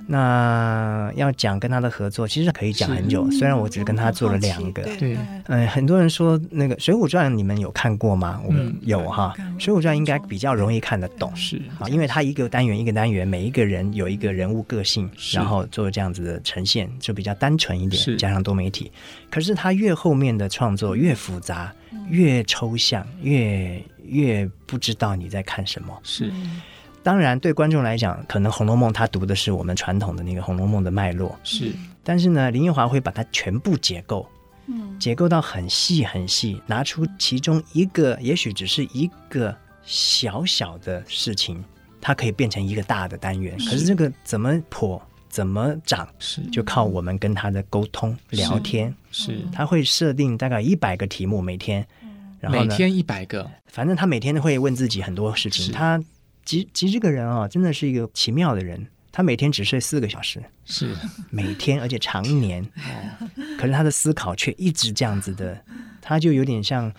Speaker 3: 那要讲跟他的合作，其实可以讲
Speaker 1: 是嗯
Speaker 3: 很久。虽然我只跟他做了两个，
Speaker 1: 对
Speaker 3: 嗯，很多人说那个《水浒传》，你们有看过吗？我
Speaker 1: 嗯
Speaker 3: 有哈，《水浒传》应该比较容易看得懂
Speaker 1: 是
Speaker 3: 啊，因为它一个单元一个单元，每一个人有一个人物个性，
Speaker 1: 是
Speaker 3: 然后做这样子的呈现，就比较单纯一
Speaker 1: 是
Speaker 3: 点，加上多媒体。可是它越后面的创作越复杂，越抽象，越越不知道你在看什么。
Speaker 1: 是
Speaker 2: 嗯
Speaker 3: 当然，对观众来讲，可能《红楼梦》它读的是我们传统的那个《红楼梦》的脉络，
Speaker 1: 是
Speaker 3: 但是呢，林奕华会把它全部解构，嗯，解构到很细很细，拿出其中一个，也许只是一个小小的事情，它可以变成一个大的单
Speaker 1: 嗯
Speaker 3: 元。可是这个怎么破，怎么长，
Speaker 1: 是
Speaker 3: 就靠我们跟他的沟通、聊天。
Speaker 1: 是，
Speaker 3: 他会设定大概一百个题目每天，然后
Speaker 1: 每
Speaker 3: 呢，
Speaker 1: 天一百个，
Speaker 3: 反正他每天会问自己很多事
Speaker 1: 是
Speaker 3: 情。他其其实这个人啊、真的是一个奇妙的人。他每天只睡四个小时，
Speaker 1: 是
Speaker 3: 每天，而且常 年。可是他的思考却一直这样子的，他就有点像，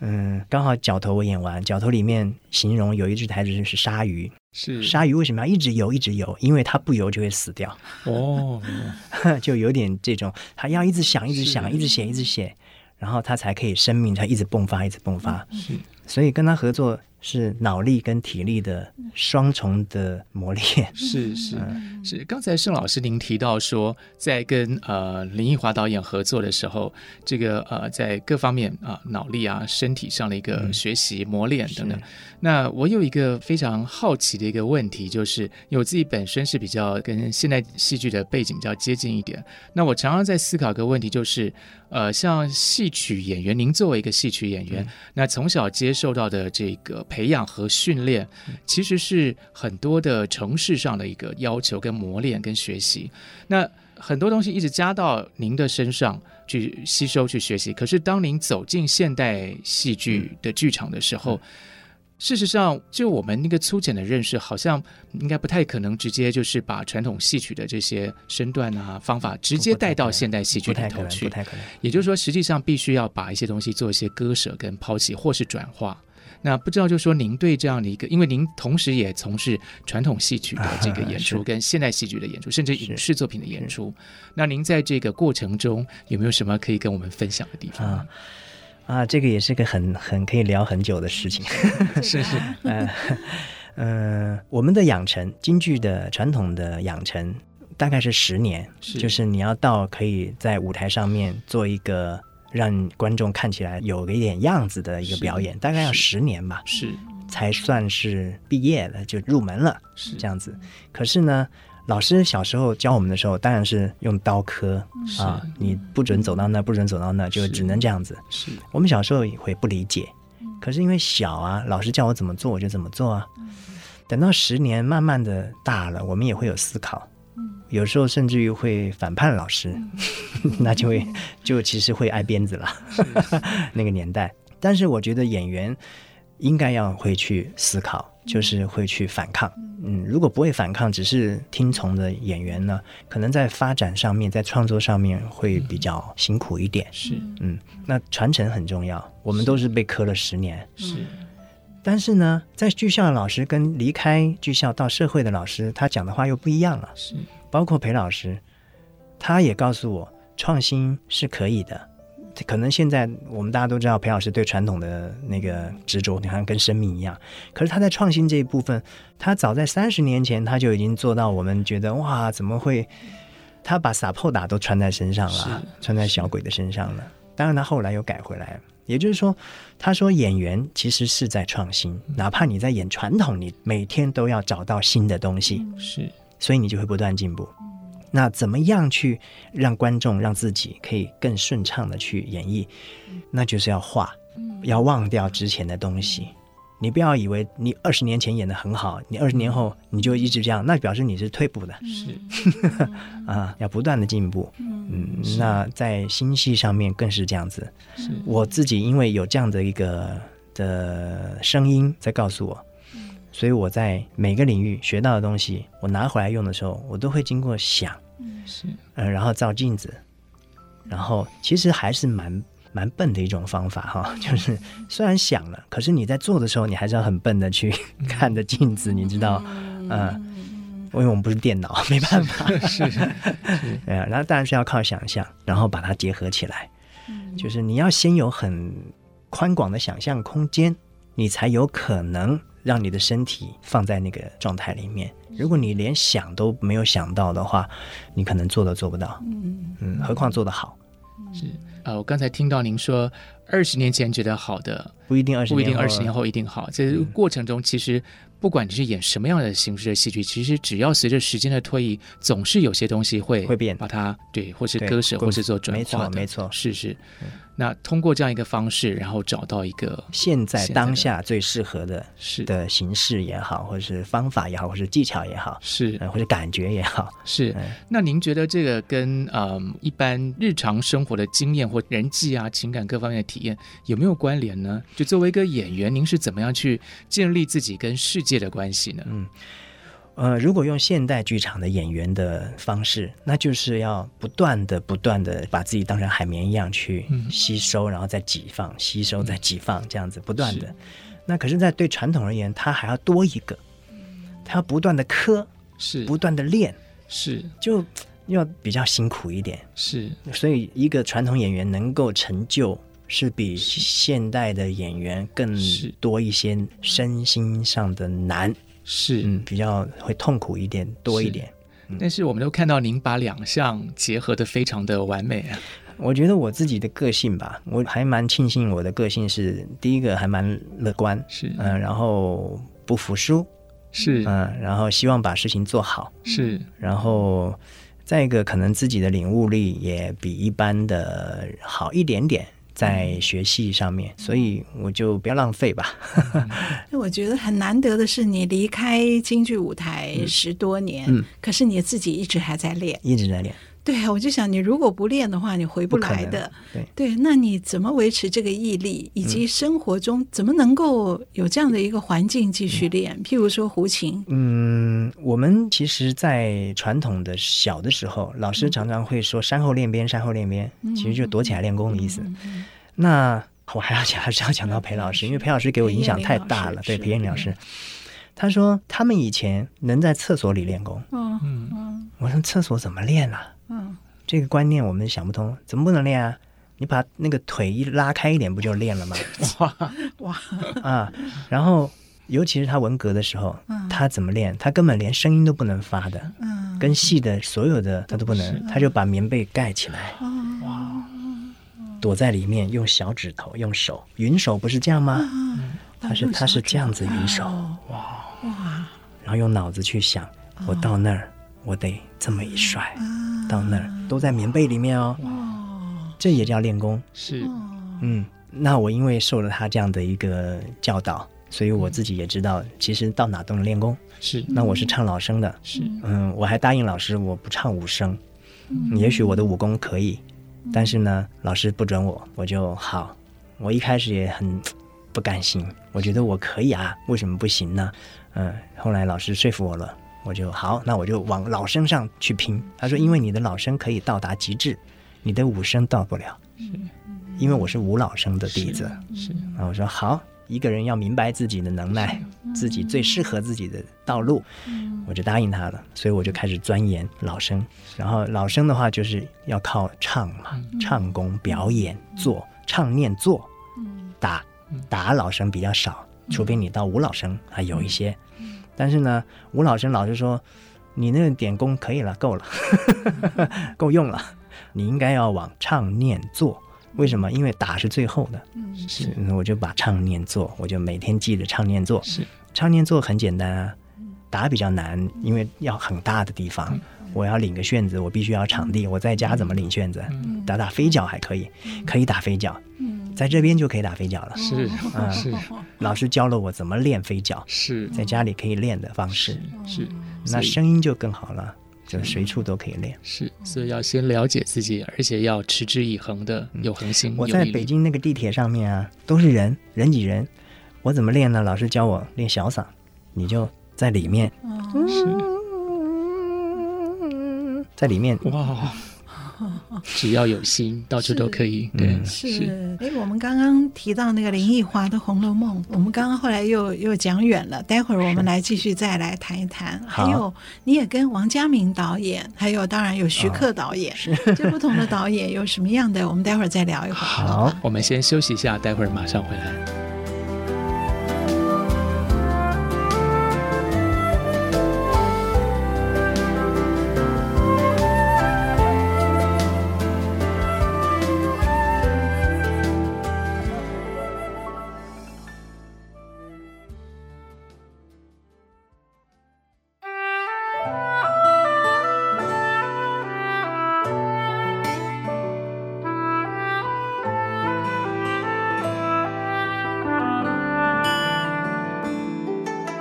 Speaker 3: 嗯，刚好《角头》我演完，《角头》里面形容有一句台词是鲨鱼，
Speaker 1: 是
Speaker 3: 鲨鱼为什么要一直游一直游？因为它不游就会死掉，
Speaker 1: 哦，
Speaker 3: 就有点这种，他要一直想，一直想，
Speaker 1: 是
Speaker 3: 一直写，一直写，然后他才可以生命才一直迸发，一直迸发。
Speaker 1: 是
Speaker 3: 所以跟他合作是脑力跟体力的双重的磨练。
Speaker 1: 是是是，刚才盛老师您提到说，在跟呃林奕华导演合作的时候，这个呃在各方面啊、脑力啊身体上的一个学习、磨练等等
Speaker 3: 是。
Speaker 1: 那我有一个非常好奇的一个问题，就是因为我自己本身是比较跟现代戏剧的背景比较接近一点，那我常常在思考一个问题，就是呃像戏曲演员，您作为一个戏曲演员，
Speaker 3: 嗯
Speaker 1: 那从小接受到的这个培养和训练，
Speaker 3: 嗯
Speaker 1: 其实是很多的城市上的一个要求、跟磨练、跟学习。那很多东西一直加到您的身上去吸收、去学习。可是当您走进现代戏剧
Speaker 3: 嗯
Speaker 1: 的剧场的时候，事实上，就我们那个粗浅的认识，好像应该不太可能直接就是把传统戏曲的这些身段啊、方法直接
Speaker 3: 不不太
Speaker 1: 带到
Speaker 3: 可能
Speaker 1: 现代戏剧
Speaker 3: 不
Speaker 1: 里
Speaker 3: 太可
Speaker 1: 头
Speaker 3: 能，
Speaker 1: 去
Speaker 3: 不。太可能。
Speaker 1: 也就是说，实际上必须要把一些东西做一些割舍跟抛弃，或是转化。那不知道，就说您对这样的一个，因为您同时也从事传统戏曲的这个演出，
Speaker 3: 啊是
Speaker 1: 跟现代戏剧的演出，甚至影
Speaker 3: 是
Speaker 1: 视作品的演出，那您在这个过程中有没有什么可以跟我们分享的地方？
Speaker 3: 啊啊，这个也是个很很可以聊很久的事情。
Speaker 1: 是是
Speaker 3: 呃，呃，我们的养成，京剧的传统的养成，大概是十年，
Speaker 1: 是
Speaker 3: 就是你要到可以在舞台上面做一个让观众看起来有一点样子的一个
Speaker 1: 是
Speaker 3: 表演，大概要
Speaker 1: 是
Speaker 3: 十年吧，
Speaker 1: 是
Speaker 3: 才算是毕业了，就入门了
Speaker 1: 是
Speaker 3: 这样子。可是呢。老师小时候教我们的时候，当然是用刀刻
Speaker 1: 嗯是
Speaker 3: 啊，你不准走到那，不准走到那，就是只能这样子。
Speaker 1: 是
Speaker 3: 我们小时候也会不理解，可是因为小啊，老师叫我怎么做我就怎么做啊。等到十年慢慢的大了，我们也会有思考，有时候甚至于会反叛老师， 那就会就其实会挨鞭子了。 那个年代，但是我觉得演员应该要会去思考，就是会去反抗。嗯，如果不会反抗，只是听从的演员呢，可能在发展上面，在创作上面会比较辛苦一点。
Speaker 1: 是
Speaker 3: 嗯，那传承很重要，我们都是被磕了十年。
Speaker 1: 是
Speaker 3: 但是呢，在剧校的老师跟离开剧校到社会的老师，他讲的话又不一样了。
Speaker 1: 是
Speaker 3: 包括裴老师，他也告诉我，创新是可以的。可能现在我们大家都知道，裴老师对传统的那个执着，你看跟生命一样。可是他在创新这一部分，他早在三十年前他就已经做到，我们觉得哇，怎么会？他把撒泼打都穿在身上了，穿在小鬼的身上了。当然，他后来又改回来。也就是说，他说演员其实是在创新，哪怕你在演传统，你每天都要找到新的东西。
Speaker 1: 是
Speaker 3: 所以你就会不断进步。那怎么样去让观众、让自己可以更顺畅的去演绎？那就是要画，要忘掉之前的东西，你不要以为你二十年前演的很好，你二十年后你就一直这样，那表示你是退步的
Speaker 1: 是
Speaker 3: 啊，要不断的进步。嗯，那在心戏上面更是这样子。
Speaker 1: 是
Speaker 3: 我自己因为有这样的一个的声音在告诉我，所以我在每个领域学到的东西，我拿回来用的时候，我都会经过想，
Speaker 1: 是，
Speaker 3: 嗯，然后照镜子，然后其实还是蛮蛮笨的一种方法哈，
Speaker 1: 嗯
Speaker 3: 就是虽然想了，可是你在做的时候，你还是要很笨的去看着镜子，你知道，嗯、因为我们不是电脑，没办法，
Speaker 1: 是 是
Speaker 3: 对啊，然后当然是要靠想象，然后把它结合起来，
Speaker 1: 嗯
Speaker 3: 就是你要先有很宽广的想象空间，你才有可能让你的身体放在那个状态里面。如果你连想都没有想到的话，你可能做都做不到。嗯嗯，何况做得好，
Speaker 1: 是。呃，我刚才听到您说，二十年前觉得好的，
Speaker 3: 不一定二十
Speaker 1: 不一定二十年后一定好。这
Speaker 3: 嗯
Speaker 1: 过程中，其实不管你是演什么样的形式的戏剧，其实只要随着时间的推移，总是有些东西会
Speaker 3: 会变
Speaker 1: 把它对，或是
Speaker 3: 对
Speaker 1: 割舍，
Speaker 3: 会
Speaker 1: 或是做转
Speaker 3: 没错
Speaker 1: 化的
Speaker 3: 没错嗯
Speaker 1: 是是。那通过这样一个方式，然后找到一个
Speaker 3: 现在
Speaker 1: 现在的
Speaker 3: 当下最适合的
Speaker 1: 是
Speaker 3: 的形式也好，或者是方法也好，或者是技巧也好，
Speaker 1: 是
Speaker 3: 呃，或者感觉也好，
Speaker 1: 是，
Speaker 3: 嗯
Speaker 1: 那您觉得这个跟嗯、一般日常生活的经验或人际啊、情感各方面的体验有没有关联呢？就作为一个演员，您是怎么样去建立自己跟世界的关系呢？
Speaker 3: 呃，如果用现代剧场的演员的方式，那就是要不断的、不断的把自己当成海绵一样去
Speaker 1: 嗯
Speaker 3: 吸收，然后再挤放，吸收再挤放，这样子不断的。那可是，在对传统而言，他还要多一个，他要不断的磕，
Speaker 1: 是
Speaker 3: 不断的练，
Speaker 1: 是
Speaker 3: 就要比较辛苦一点。
Speaker 1: 是
Speaker 3: 所以，一个传统演员能够成就，是比现代的演员更
Speaker 1: 是
Speaker 3: 多一些身心上的难，
Speaker 1: 是、
Speaker 3: 嗯，比较会痛苦一点，多一
Speaker 1: 是
Speaker 3: 点。
Speaker 1: 但是我们都看到您把两项结合的非常的完美啊，
Speaker 3: 我觉得我自己的个性吧，我还蛮庆幸我的个性是第一个还蛮乐观，
Speaker 1: 是
Speaker 3: 嗯、然后不服输，
Speaker 1: 是、
Speaker 3: 嗯、然后希望把事情做好，
Speaker 1: 是
Speaker 3: 然后再一个可能自己的领悟力也比一般的好一点点。在学习上面，所以我就不要浪费吧。
Speaker 2: 那我觉得很难得的是，你离开京剧舞台十多年，可是你自己一直还在练。
Speaker 3: 一直在练，
Speaker 2: 嗯对啊，我就想你如果不练的话，你回不
Speaker 3: 不可
Speaker 2: 来
Speaker 3: 能
Speaker 2: 的。
Speaker 3: 对
Speaker 2: 对，那你怎么维持这个毅力，以及生活中怎么能够有这样的一个环境继续练？譬如说胡琴，
Speaker 3: 嗯，我们其实，在传统的小的时候，老师常常会说“山后练鞭，山后练鞭”，其实就躲起来练功的意思。那我还要讲，还是要讲到裴老师，因为裴老师给我影响太大了。
Speaker 2: 裴
Speaker 3: 对，
Speaker 2: 艳玲老师
Speaker 3: 裴艳玲老师，他说他们以前能在厕所里练功，
Speaker 2: 嗯
Speaker 3: 我说厕所怎么练啊？
Speaker 2: 嗯，
Speaker 3: 这个观念我们想不通，怎么不能练啊？你把那个腿一拉开一点，不就练了吗？
Speaker 2: 哇，
Speaker 3: 啊，然后尤其是他文革的时候，他怎么练？他根本连声音都不能发的，
Speaker 2: 嗯
Speaker 3: 跟戏的所有的他都不能，他就把棉被盖起来，
Speaker 2: 哦
Speaker 3: 躲在里面，用小指头，用手，云手不是这样吗？他是他是这样子云手，
Speaker 2: 哇，
Speaker 3: 然后用脑子去想，我到那儿，我得这么一甩，
Speaker 2: 啊
Speaker 3: 到那儿都在棉被里面嗯哦，这也叫练功。
Speaker 1: 是
Speaker 3: 嗯，那我因为受了他这样的一个教导，所以我自己也知道，其实到哪都能练功。
Speaker 1: 是
Speaker 3: 那我是唱老生的，
Speaker 1: 是
Speaker 3: 嗯，我还答应老师我不唱武生，也许我的武功可以，但是呢，老师不准我，我就好。我一开始也很不甘心，我觉得我可以啊，为什么不行呢？嗯，后来老师说服我了，我就好，那我就往老生上去拼。他说，因为你的老生可以到达极致，你的武生到不了，因为我是武老生的弟子。
Speaker 1: 是
Speaker 3: 啊，我说好，一个人要明白自己的能耐，自己最适合自己的道路，我就答应他了。所以我就开始钻研老生，然后老生的话就是要靠唱嘛，唱功、表演、做、唱念做，
Speaker 2: 嗯
Speaker 3: 打打老生比较少，除非你到吴老生还有一些，但是呢，吴老生老师说，你那个点功可以了，够了， 够用了，你应该要往唱念做。为什么？因为打是最后的，
Speaker 1: 是
Speaker 3: 嗯，我就把唱念做，我就每天记着唱念做。
Speaker 1: 是
Speaker 3: 唱念做很简单啊，打比较难，因为要很大的地
Speaker 1: 嗯
Speaker 3: 方，我要领个旋子，
Speaker 1: 嗯
Speaker 3: 我必须要场地，我在家怎么领旋子？打打飞脚还可以，可以打飞脚，在这边就可以打飞脚了。
Speaker 1: 是
Speaker 3: 嗯
Speaker 1: 是
Speaker 3: 老师教了我怎么练飞脚，
Speaker 1: 是
Speaker 3: 在家里可以练的方式，
Speaker 1: 是，所
Speaker 3: 那
Speaker 1: 以
Speaker 3: 声音就更好了，就随处都可以练。
Speaker 1: 是，所以要先了解自己，而且要持之以恒的有恒心。
Speaker 3: 嗯我
Speaker 1: 嗯有
Speaker 3: 在
Speaker 1: 毅
Speaker 3: 北
Speaker 1: 力
Speaker 3: 京那个地铁上面啊，都是人，人挤人，我怎么练呢？老师教我练小嗓，你就在里面，
Speaker 2: 哦嗯
Speaker 3: 在里面
Speaker 1: 哇，只要有心，到处都可以。对，
Speaker 3: 嗯
Speaker 2: 是，哎，我们刚刚提到那个林奕华的《红楼梦》，我们刚刚后来又又讲远了，待会儿我们来继续再来谈一谈。还
Speaker 3: 好
Speaker 2: 有，你也跟王家明导演，还有当然有徐
Speaker 3: 啊
Speaker 2: 克导演， 这不同的导演有什么样的，我们待会儿再聊一会儿。
Speaker 3: 好。
Speaker 1: 我们先休息一下，待会儿马上回来。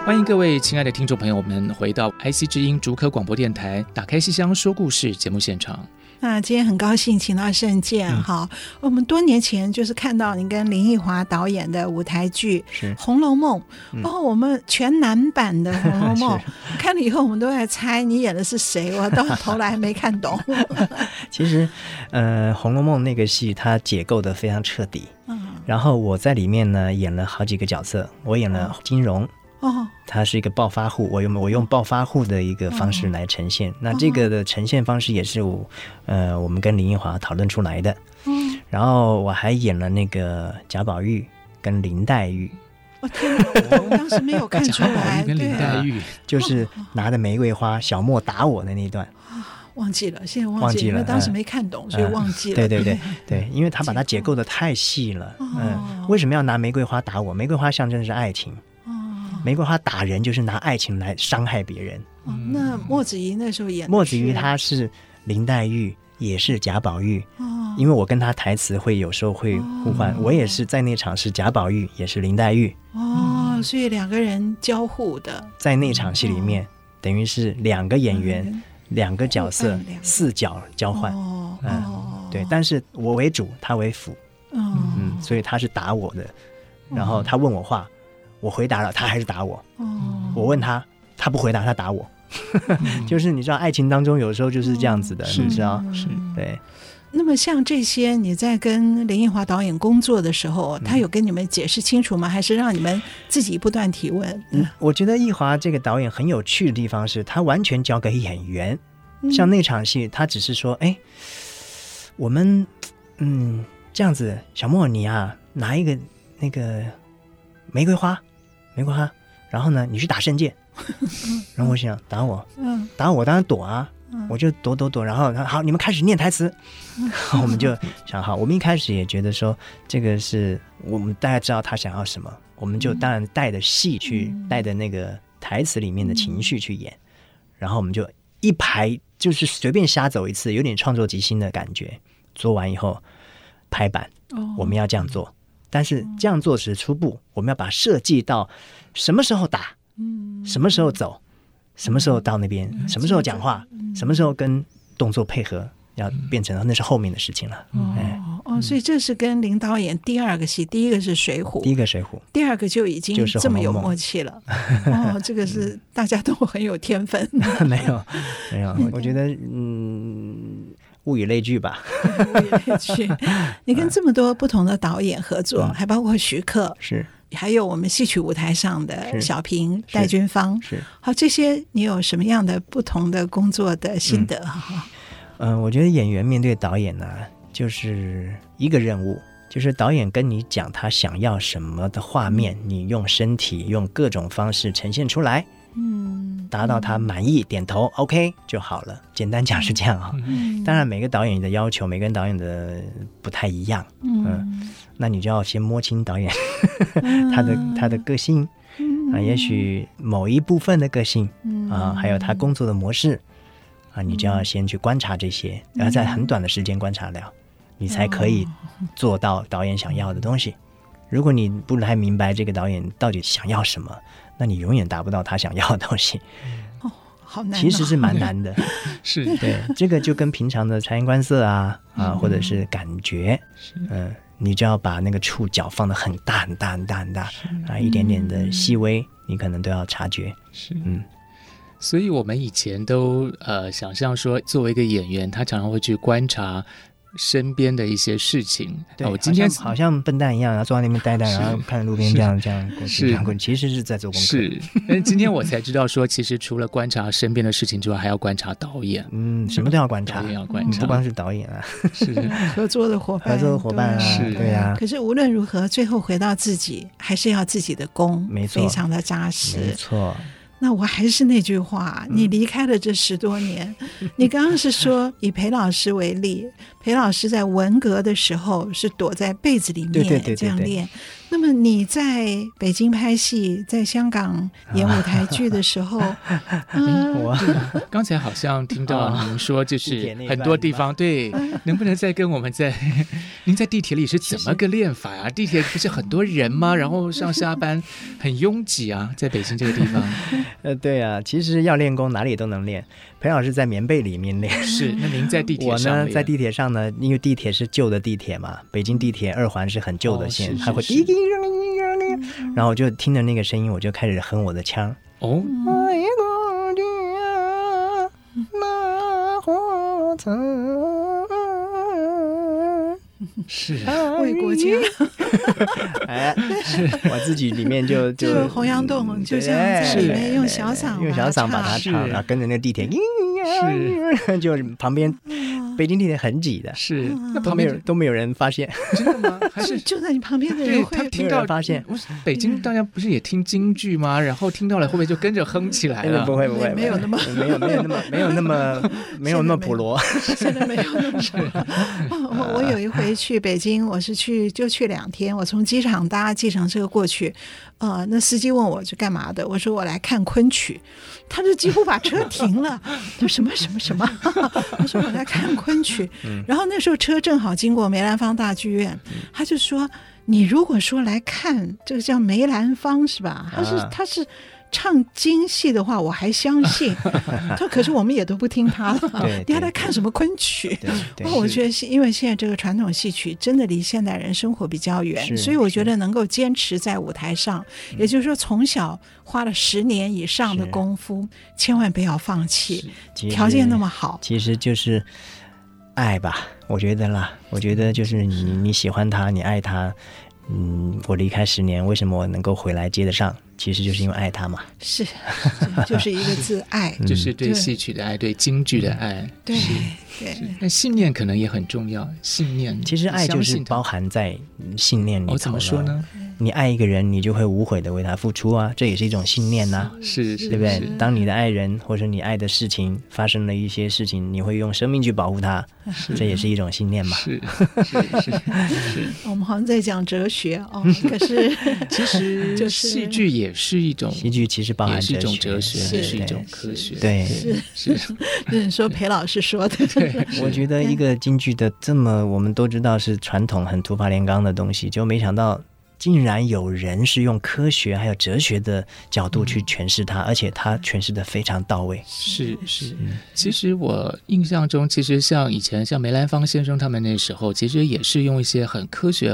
Speaker 1: 欢迎各位亲爱的听众朋友们回到 IC 之音竹科广播电台，打开戏箱说故事节目现场。
Speaker 2: 那今天很高兴请到圣剑
Speaker 3: 嗯
Speaker 2: 哈、我们多年前就是看到你跟林奕华导演的舞台剧
Speaker 3: 是嗯
Speaker 2: 《红楼梦》，哦，我们全男版 的《红楼梦》看了以后，我们都在猜你演的是谁，我到头来还没看 懂。
Speaker 3: 其实，呃，《红楼梦》那个戏它解构的非常彻底，
Speaker 2: 嗯，
Speaker 3: 然后我在里面呢演了好几个角色，我演了金融，
Speaker 2: 哦，
Speaker 3: 他是一个暴发户，我用我用暴发户的一个方式来呈现。那这个的呈现方式也是我，呃，我们跟林奕华讨论出来的。
Speaker 2: 嗯，
Speaker 3: 然后我还演了那个贾宝玉跟林黛玉，
Speaker 2: 我、天哪，我我当时没有看
Speaker 3: 嗯
Speaker 2: 出
Speaker 1: 贾宝
Speaker 2: 来，
Speaker 1: 玉跟林
Speaker 2: 对，
Speaker 1: 黛玉，
Speaker 3: 就是拿着玫瑰花小莫打我的那一段。
Speaker 2: 忘记了，现在
Speaker 3: 忘
Speaker 2: 忘
Speaker 3: 记
Speaker 2: 因为
Speaker 3: 了
Speaker 2: 当时
Speaker 3: 嗯
Speaker 2: 没看懂，所以
Speaker 3: 嗯
Speaker 2: 忘记了。
Speaker 3: 对对对 对，因为他把它解构的太细了。
Speaker 2: 哦
Speaker 3: 嗯，为什么要拿玫瑰花打我？玫瑰花象征是爱情。
Speaker 2: 哦，
Speaker 3: 玫瑰花打人就是拿爱情来伤害别人。
Speaker 2: 哦那莫子仪那时候演的
Speaker 3: 嗯莫子
Speaker 2: 是
Speaker 3: 仪她是林黛玉，也是贾宝玉，
Speaker 2: 哦，
Speaker 3: 因为我跟她台词会有时候会互换，我也是在那场是贾宝玉，也是林黛玉，
Speaker 2: 哦，所以两个人交互的，
Speaker 3: 在那场戏里
Speaker 2: 哦
Speaker 3: 面，等于是两个演员、两个角色
Speaker 2: 互换两个
Speaker 3: 四角交换。
Speaker 2: 哦
Speaker 3: 嗯
Speaker 2: 哦，
Speaker 3: 对，但是我为主，他为辅，
Speaker 2: 哦
Speaker 3: 嗯，所以他是打我的，然后他问我话，我回答了，他还是打我，
Speaker 2: 哦，
Speaker 3: 我问他，他不回答，他打我， 就是你知道，爱情当中有时候就是这样子的，
Speaker 2: 嗯
Speaker 1: 是
Speaker 3: 你知道，
Speaker 1: 是
Speaker 3: 对，
Speaker 2: 那么像这些，你在跟林奕华导演工作的时候，他有跟你们解释清楚吗？还是让你们自己不断提问？
Speaker 3: 嗯，我觉得易华这个导演很有趣的地方是，他完全交给演员。像那场戏，他只是说：“哎，我们，嗯，这样子，小莫你啊，拿一个那个玫瑰花，玫瑰花，然后呢，你去打圣剑。”然后我想打我，
Speaker 2: 嗯
Speaker 3: 打我当然躲啊，我就躲躲躲。然后他好，你们开始念台词， 我们就想好，我们一开始也觉得说这个是我们大概知道他想要什么，我们就当然带着戏去，带着那个台词里面的情绪去演，然后我们就一排就是随便瞎走一次，有点创作即兴的感觉。做完以后拍板，我们要这样做。但是这样做只是初步，我们要把设计到什么时候打，什么时候走，什么时候到那边，什么时候讲话，什么时候跟动作配合，要变成那是后面的事情了。哎，
Speaker 2: 哦哦，所以这是跟林导演第二个戏，第一个是《水浒
Speaker 3: 第》，一个水 浒，
Speaker 2: 第二个就已经
Speaker 3: 就是
Speaker 2: 这么
Speaker 3: 红楼
Speaker 2: 有
Speaker 3: 梦
Speaker 2: 默契了。哦，这个 是大家都很有天分。
Speaker 3: 没有没有，我觉得嗯，物以类聚吧，
Speaker 2: 去，你跟这么多不同的导演合作，还包括徐克，
Speaker 3: 是
Speaker 2: 还有我们戏曲舞台上的
Speaker 3: 是
Speaker 2: 小平、戴军芳，
Speaker 3: 是。
Speaker 2: 好，这些你有什么样的不同的工作的心得？哈、
Speaker 3: 嗯，我觉得演员面对导演呢、就是一个任务，就是导演跟你讲他想要什么的画面，你用身体用各种方式呈现出来，嗯，达到他满意，点头 OK 就好了。简单讲是这样啊、当然每个导演的要求，每个导演的不太一样，嗯，那你就要先摸清导演 他的他的个性。啊，也许某一部分的个性，啊，还有他工作的模式，啊，你就要先去观察这些，然后在很短的时间观察了。你才可以做到导演想要的东西。如果你不太明白这个导演到底想要什么，那你永远达不到他想要的东西。
Speaker 2: 好难、哦。
Speaker 3: 其实是蛮难的，
Speaker 1: 是
Speaker 3: 对，这个就跟平常的察言观色啊啊，或者是感觉，嗯，你就要把那个触角放得很大很大很大很大啊，一点点的细微，你可能都要察觉。
Speaker 1: 是
Speaker 3: 嗯，
Speaker 1: 所以我们以前都呃想象说，作为一个演员，他常常会去观察身边的一些事情。
Speaker 3: 对，
Speaker 1: 啊我今天
Speaker 3: 好像好像笨蛋一样，然后坐在那边呆呆，然后看路边这样这样滚
Speaker 1: 是
Speaker 3: 这样滚，其实是在做功课。
Speaker 1: 是， 但是今天我才知道说，其实除了观察身边的事情之外，还要观察导演，
Speaker 3: 嗯，什么都要观
Speaker 1: 导
Speaker 3: 察，
Speaker 1: 演要观
Speaker 3: 嗯
Speaker 1: 察，
Speaker 3: 不光是导演啊，
Speaker 1: 是
Speaker 2: 合作的伙伴，
Speaker 3: 合作的伙伴啊，
Speaker 1: 是
Speaker 3: 对啊，
Speaker 2: 可是无论如何，最后回到自己，还是要自己的功，
Speaker 3: 没错
Speaker 2: 非常的扎
Speaker 3: 没
Speaker 2: 实。
Speaker 3: 错，嗯
Speaker 2: 那我还是那句话，你离开了这十多年， 你刚刚是说以裴老师为例，裴老师在文革的时候是躲在被子里面
Speaker 3: 对对对对
Speaker 2: 这样
Speaker 3: 对
Speaker 2: 练。那么你在北京拍戏，在香港演舞台剧的时 候，嗯、
Speaker 3: 我
Speaker 1: 刚才好像听到您说，就
Speaker 3: 哦地
Speaker 1: 是
Speaker 3: 铁那一
Speaker 1: 很
Speaker 3: 段
Speaker 1: 多
Speaker 3: 是
Speaker 1: 地
Speaker 3: 吧
Speaker 1: 方 对，能不能再 跟我们在您在地铁里是怎么个练法啊？地铁不是很多人 吗？然后上下班很拥挤啊，在北京这个地方
Speaker 3: 呃，对啊，其实要练功哪里都能练。裴老师在棉被里面练，
Speaker 1: 是。那您在地铁
Speaker 3: 我
Speaker 1: 上
Speaker 3: 呢
Speaker 1: 练
Speaker 3: 在地铁上呢，因为地铁是旧的地铁嘛，北京地铁二环是很旧的线，
Speaker 1: 哦是
Speaker 3: 它会
Speaker 1: 是是
Speaker 3: 叮叮叮叮叮，然后我就听着那个声音，我就开始哼我的腔。
Speaker 1: 哦，
Speaker 3: 嗯
Speaker 1: 是
Speaker 2: 为国家，
Speaker 3: 哎，我自己里面就就
Speaker 2: 就洪阳洞就这样在
Speaker 3: 对
Speaker 2: 里面用小嗓
Speaker 3: 用小嗓把它
Speaker 2: 它
Speaker 1: 是
Speaker 3: 唱，然后跟着那地铁，就是旁边北京地铁很挤的，
Speaker 1: 是， 那
Speaker 3: 都
Speaker 1: 旁
Speaker 3: 没
Speaker 1: 边
Speaker 3: 有都没有人发现，
Speaker 1: 真的吗？ 还
Speaker 2: 就是就在你旁边的
Speaker 1: 对
Speaker 2: 人
Speaker 1: 他
Speaker 2: 会
Speaker 1: 听
Speaker 3: 没有
Speaker 1: 到
Speaker 3: 人发现
Speaker 1: 我北京大家不是也听京剧吗？然后听到了，会不会就跟着哼起来
Speaker 3: 真的
Speaker 1: 了？
Speaker 3: 哎 不会不会，
Speaker 2: 没有那么
Speaker 3: 没有没有那么没有那么没有那么普罗，
Speaker 2: 现在没有那么哦 我我有一回去北京，我是去就去两天，我从机场搭计程车过去，呃，那司机问我是干嘛的，我说我来看昆曲，他就几乎把车停了，他说什么什么什么， 我说我来看昆曲，
Speaker 3: 嗯
Speaker 2: 然后那时候车正好经过梅兰芳大剧院，他就说你如果说来看这个叫梅兰芳是吧？他是
Speaker 3: 啊
Speaker 2: 他是。唱京戏的话，我还相 信。他说：“可是我们也都不听他的，
Speaker 3: 对
Speaker 2: 你还
Speaker 3: 对
Speaker 2: 来看什么昆曲？”
Speaker 3: 对 对
Speaker 2: 那哦我觉得是因为现在这个传统戏曲真的离现代人生活比较远，
Speaker 3: 是嗯
Speaker 2: 所以我觉得能够坚持在舞台上，也就是说从小花了十年以上的
Speaker 3: 是
Speaker 2: 功夫，千万不要放弃。
Speaker 3: 其实
Speaker 2: 条件那么好，
Speaker 3: 其实就是爱吧，我觉得啦，我觉得就是你你喜欢他，你爱他，嗯，我离开十年，为什么我能够回来接得上？其实就是因为爱他嘛。
Speaker 2: 是是就是一个字 爱。
Speaker 3: 嗯
Speaker 1: 就是对
Speaker 2: 对
Speaker 1: 戏曲的爱，对京剧的爱，
Speaker 2: 对
Speaker 1: 是
Speaker 2: 对，
Speaker 1: 但信念可能也很重要，信念
Speaker 3: 其实爱就
Speaker 1: 相
Speaker 3: 是
Speaker 1: 信它
Speaker 3: 包含在信念里头、
Speaker 1: 我、哦怎么说？呢？
Speaker 3: 你爱一个人，你就会无悔的为他付出啊，这也是一种信念啊呐、
Speaker 1: 是，是
Speaker 3: 对不对
Speaker 1: 是？
Speaker 3: 当你的爱人或者你爱的事情发生了一些事情，你会用生命去保护他，这也 是一种信念嘛。
Speaker 1: 是是是，
Speaker 2: 我们好像在讲哲学 哦，可是
Speaker 1: 其 实
Speaker 2: 就是
Speaker 1: 戏剧也是一种，
Speaker 3: 戏剧其实包含
Speaker 1: 也是一种
Speaker 3: 哲
Speaker 1: 哲
Speaker 3: 学
Speaker 1: 学，也
Speaker 3: 对
Speaker 1: 是一
Speaker 3: 对
Speaker 1: 种科学，
Speaker 3: 对
Speaker 1: 是，
Speaker 2: 这是嗯说裴老师说的，
Speaker 3: 我觉得一个京剧的这么，我们都知道是传统很土法炼钢的东西，就没想到竟然有人是用科学还有哲学的角度去诠释它，而且他诠释的非常到位。
Speaker 1: 是
Speaker 3: 嗯
Speaker 1: 是，其实我印象中，其实像以前像梅兰芳先生他们那时候，其实也是用一些很科学，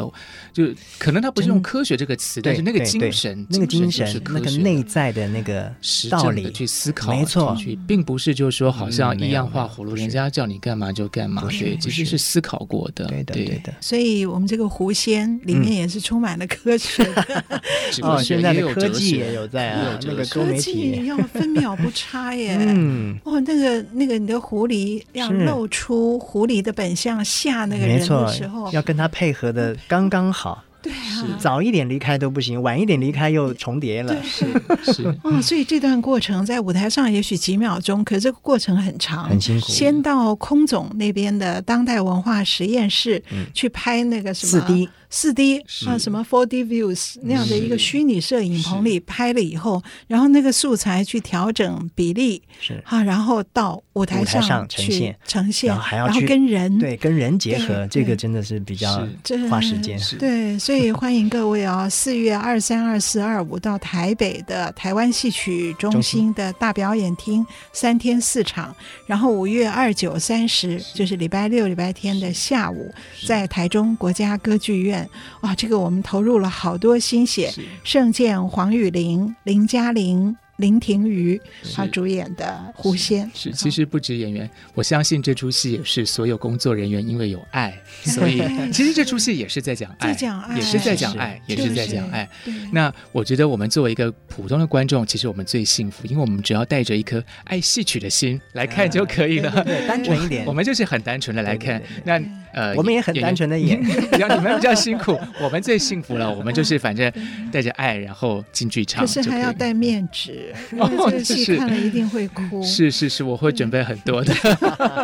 Speaker 1: 就可能他不是用科学这个词，但是那个
Speaker 3: 对
Speaker 1: 精
Speaker 3: 对
Speaker 1: 神，
Speaker 3: 那个精
Speaker 1: 神就是
Speaker 3: 神，
Speaker 1: 科
Speaker 3: 那个
Speaker 1: 学的
Speaker 3: 内在的那个
Speaker 1: 实
Speaker 3: 道
Speaker 1: 证的
Speaker 3: 理，
Speaker 1: 去思考，啊
Speaker 3: 没错
Speaker 1: 去，并不是就是说好像
Speaker 3: 嗯没有
Speaker 1: 一样
Speaker 3: 没有
Speaker 1: 画葫芦，
Speaker 3: 不是
Speaker 1: 人家叫你干嘛就干嘛，
Speaker 3: 不是
Speaker 1: 对，
Speaker 3: 不
Speaker 1: 其实
Speaker 3: 是
Speaker 1: 是思考过的，
Speaker 3: 对的，对
Speaker 1: 对，
Speaker 3: 的。
Speaker 2: 所以我们这个狐仙里
Speaker 3: 嗯
Speaker 2: 面也是充满了科 学的，
Speaker 1: 只不
Speaker 3: 哦，
Speaker 1: 过
Speaker 3: 现在
Speaker 1: 也
Speaker 3: 的
Speaker 1: 有
Speaker 3: 科
Speaker 1: 哲
Speaker 3: 技
Speaker 1: 学
Speaker 3: 也有在啊，
Speaker 1: 也有
Speaker 3: 那
Speaker 1: 哲
Speaker 3: 个
Speaker 1: 学
Speaker 3: 多
Speaker 2: 科
Speaker 3: 媒
Speaker 2: 技
Speaker 3: 体，
Speaker 2: 要分秒不差耶。
Speaker 3: 嗯，
Speaker 2: 哦，那个那个，你的狐狸要
Speaker 3: 是
Speaker 2: 露出狐狸的本相吓那个
Speaker 3: 没
Speaker 2: 人
Speaker 3: 错
Speaker 2: 的时候，，
Speaker 3: 要跟他配合的刚刚好，
Speaker 2: 对啊，
Speaker 3: 早一点离开都不行，晚一点离开又重叠了
Speaker 2: 对。
Speaker 1: 是
Speaker 2: 哦，所以这段过程在舞台上也许几秒钟，可是这个过程很长，
Speaker 3: 很辛苦
Speaker 2: 先
Speaker 3: 嗯
Speaker 2: 到空总那边的当代文化实验室、去拍那个什么
Speaker 3: 4D
Speaker 2: 四 D
Speaker 1: 是
Speaker 2: 啊什么 Four D Views 那样的一个虚拟摄影棚里拍了以后，然后那个素材去调整比例
Speaker 3: 是，
Speaker 2: 啊，然后到舞台
Speaker 3: 舞台上呈
Speaker 2: 去
Speaker 3: 现
Speaker 2: 呈现，
Speaker 3: 然后还要去
Speaker 2: 跟人
Speaker 3: 对，跟人结
Speaker 2: 嗯
Speaker 3: 合，
Speaker 2: 对
Speaker 3: 这
Speaker 2: 对
Speaker 3: 个真的是比较
Speaker 1: 是
Speaker 2: 这
Speaker 3: 花时间。
Speaker 1: 是
Speaker 2: 对，所以欢迎各位啊、四月二三、二四、二五到台北的台湾戏曲中心的大表演厅，三天四场。然后五月二九、三十，就是礼拜六、礼拜天的下午，在台中国家歌剧院。哇，这个我们投入了好多心血，
Speaker 1: 是
Speaker 2: 盛见黄雨玲、林嘉玲、林庭瑜
Speaker 1: 是
Speaker 2: 她主演的《狐仙》
Speaker 1: 是，其实不止演员，我相信这出戏也是所有工作人员因为有爱，所 以
Speaker 2: 对
Speaker 1: 其实这出戏也是在讲爱，
Speaker 2: 在讲爱
Speaker 1: 也是在
Speaker 3: 是
Speaker 1: 讲
Speaker 3: 是
Speaker 1: 爱，也
Speaker 2: 就是
Speaker 1: 在讲
Speaker 2: 是
Speaker 1: 爱。
Speaker 2: 对
Speaker 1: 那我觉得我们作为一个普通的观众，其实我们最幸福，因为我们只要带着一颗爱戏曲的心来看就可以了。
Speaker 3: 对，单纯一点，
Speaker 1: 我们就是很单纯的来看，那呃，
Speaker 3: 我们也很单纯的演，
Speaker 1: 比较你们比较辛苦，我们最幸福了。我们就是反正带着爱，然后进剧场
Speaker 2: 可
Speaker 1: 就可
Speaker 2: 是
Speaker 1: 以了。
Speaker 2: 还要戴面纸，因
Speaker 1: 哦
Speaker 2: 为这个
Speaker 1: 这
Speaker 2: 戏
Speaker 1: 是
Speaker 2: 看了一定会哭。
Speaker 1: 是是是，我会准备很多的。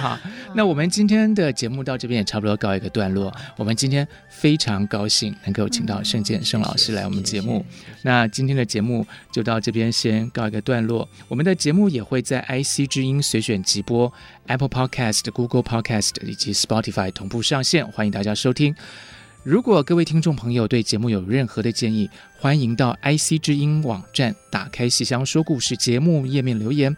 Speaker 1: 好，那我们今天的节目到这边也差不多告一个段落。我们今天非常高兴能够请到盛健盛老师来我们节目。那今天的节目就到这边先告一个段落。我们的节目也会在 IC 之音随选直播、Apple Podcast、Google Podcast 以及 Spotify 同步上线，欢迎大家收听。如果各位听众朋友对节目有任何的建议，欢迎到 IC 之音网站打开“戏箱说故事”节目页面留言。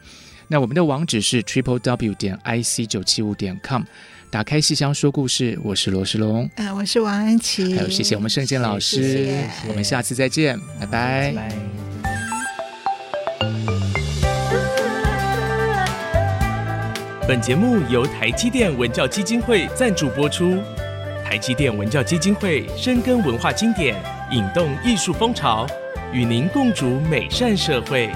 Speaker 1: 那我们的网址是 triple w 点 ic 九七五点 com。打开“戏箱说故事”，我是罗世龙，
Speaker 2: 呃，我是王安琪，
Speaker 1: 还有谢谢我们盛健老师，
Speaker 2: 谢谢
Speaker 1: 我们下次再见，拜拜。
Speaker 3: 拜。
Speaker 4: 本节目由台积电文教基金会赞助播出。台积电文教基金会深耕文化经典，引动艺术风潮，与您共筑美善社会。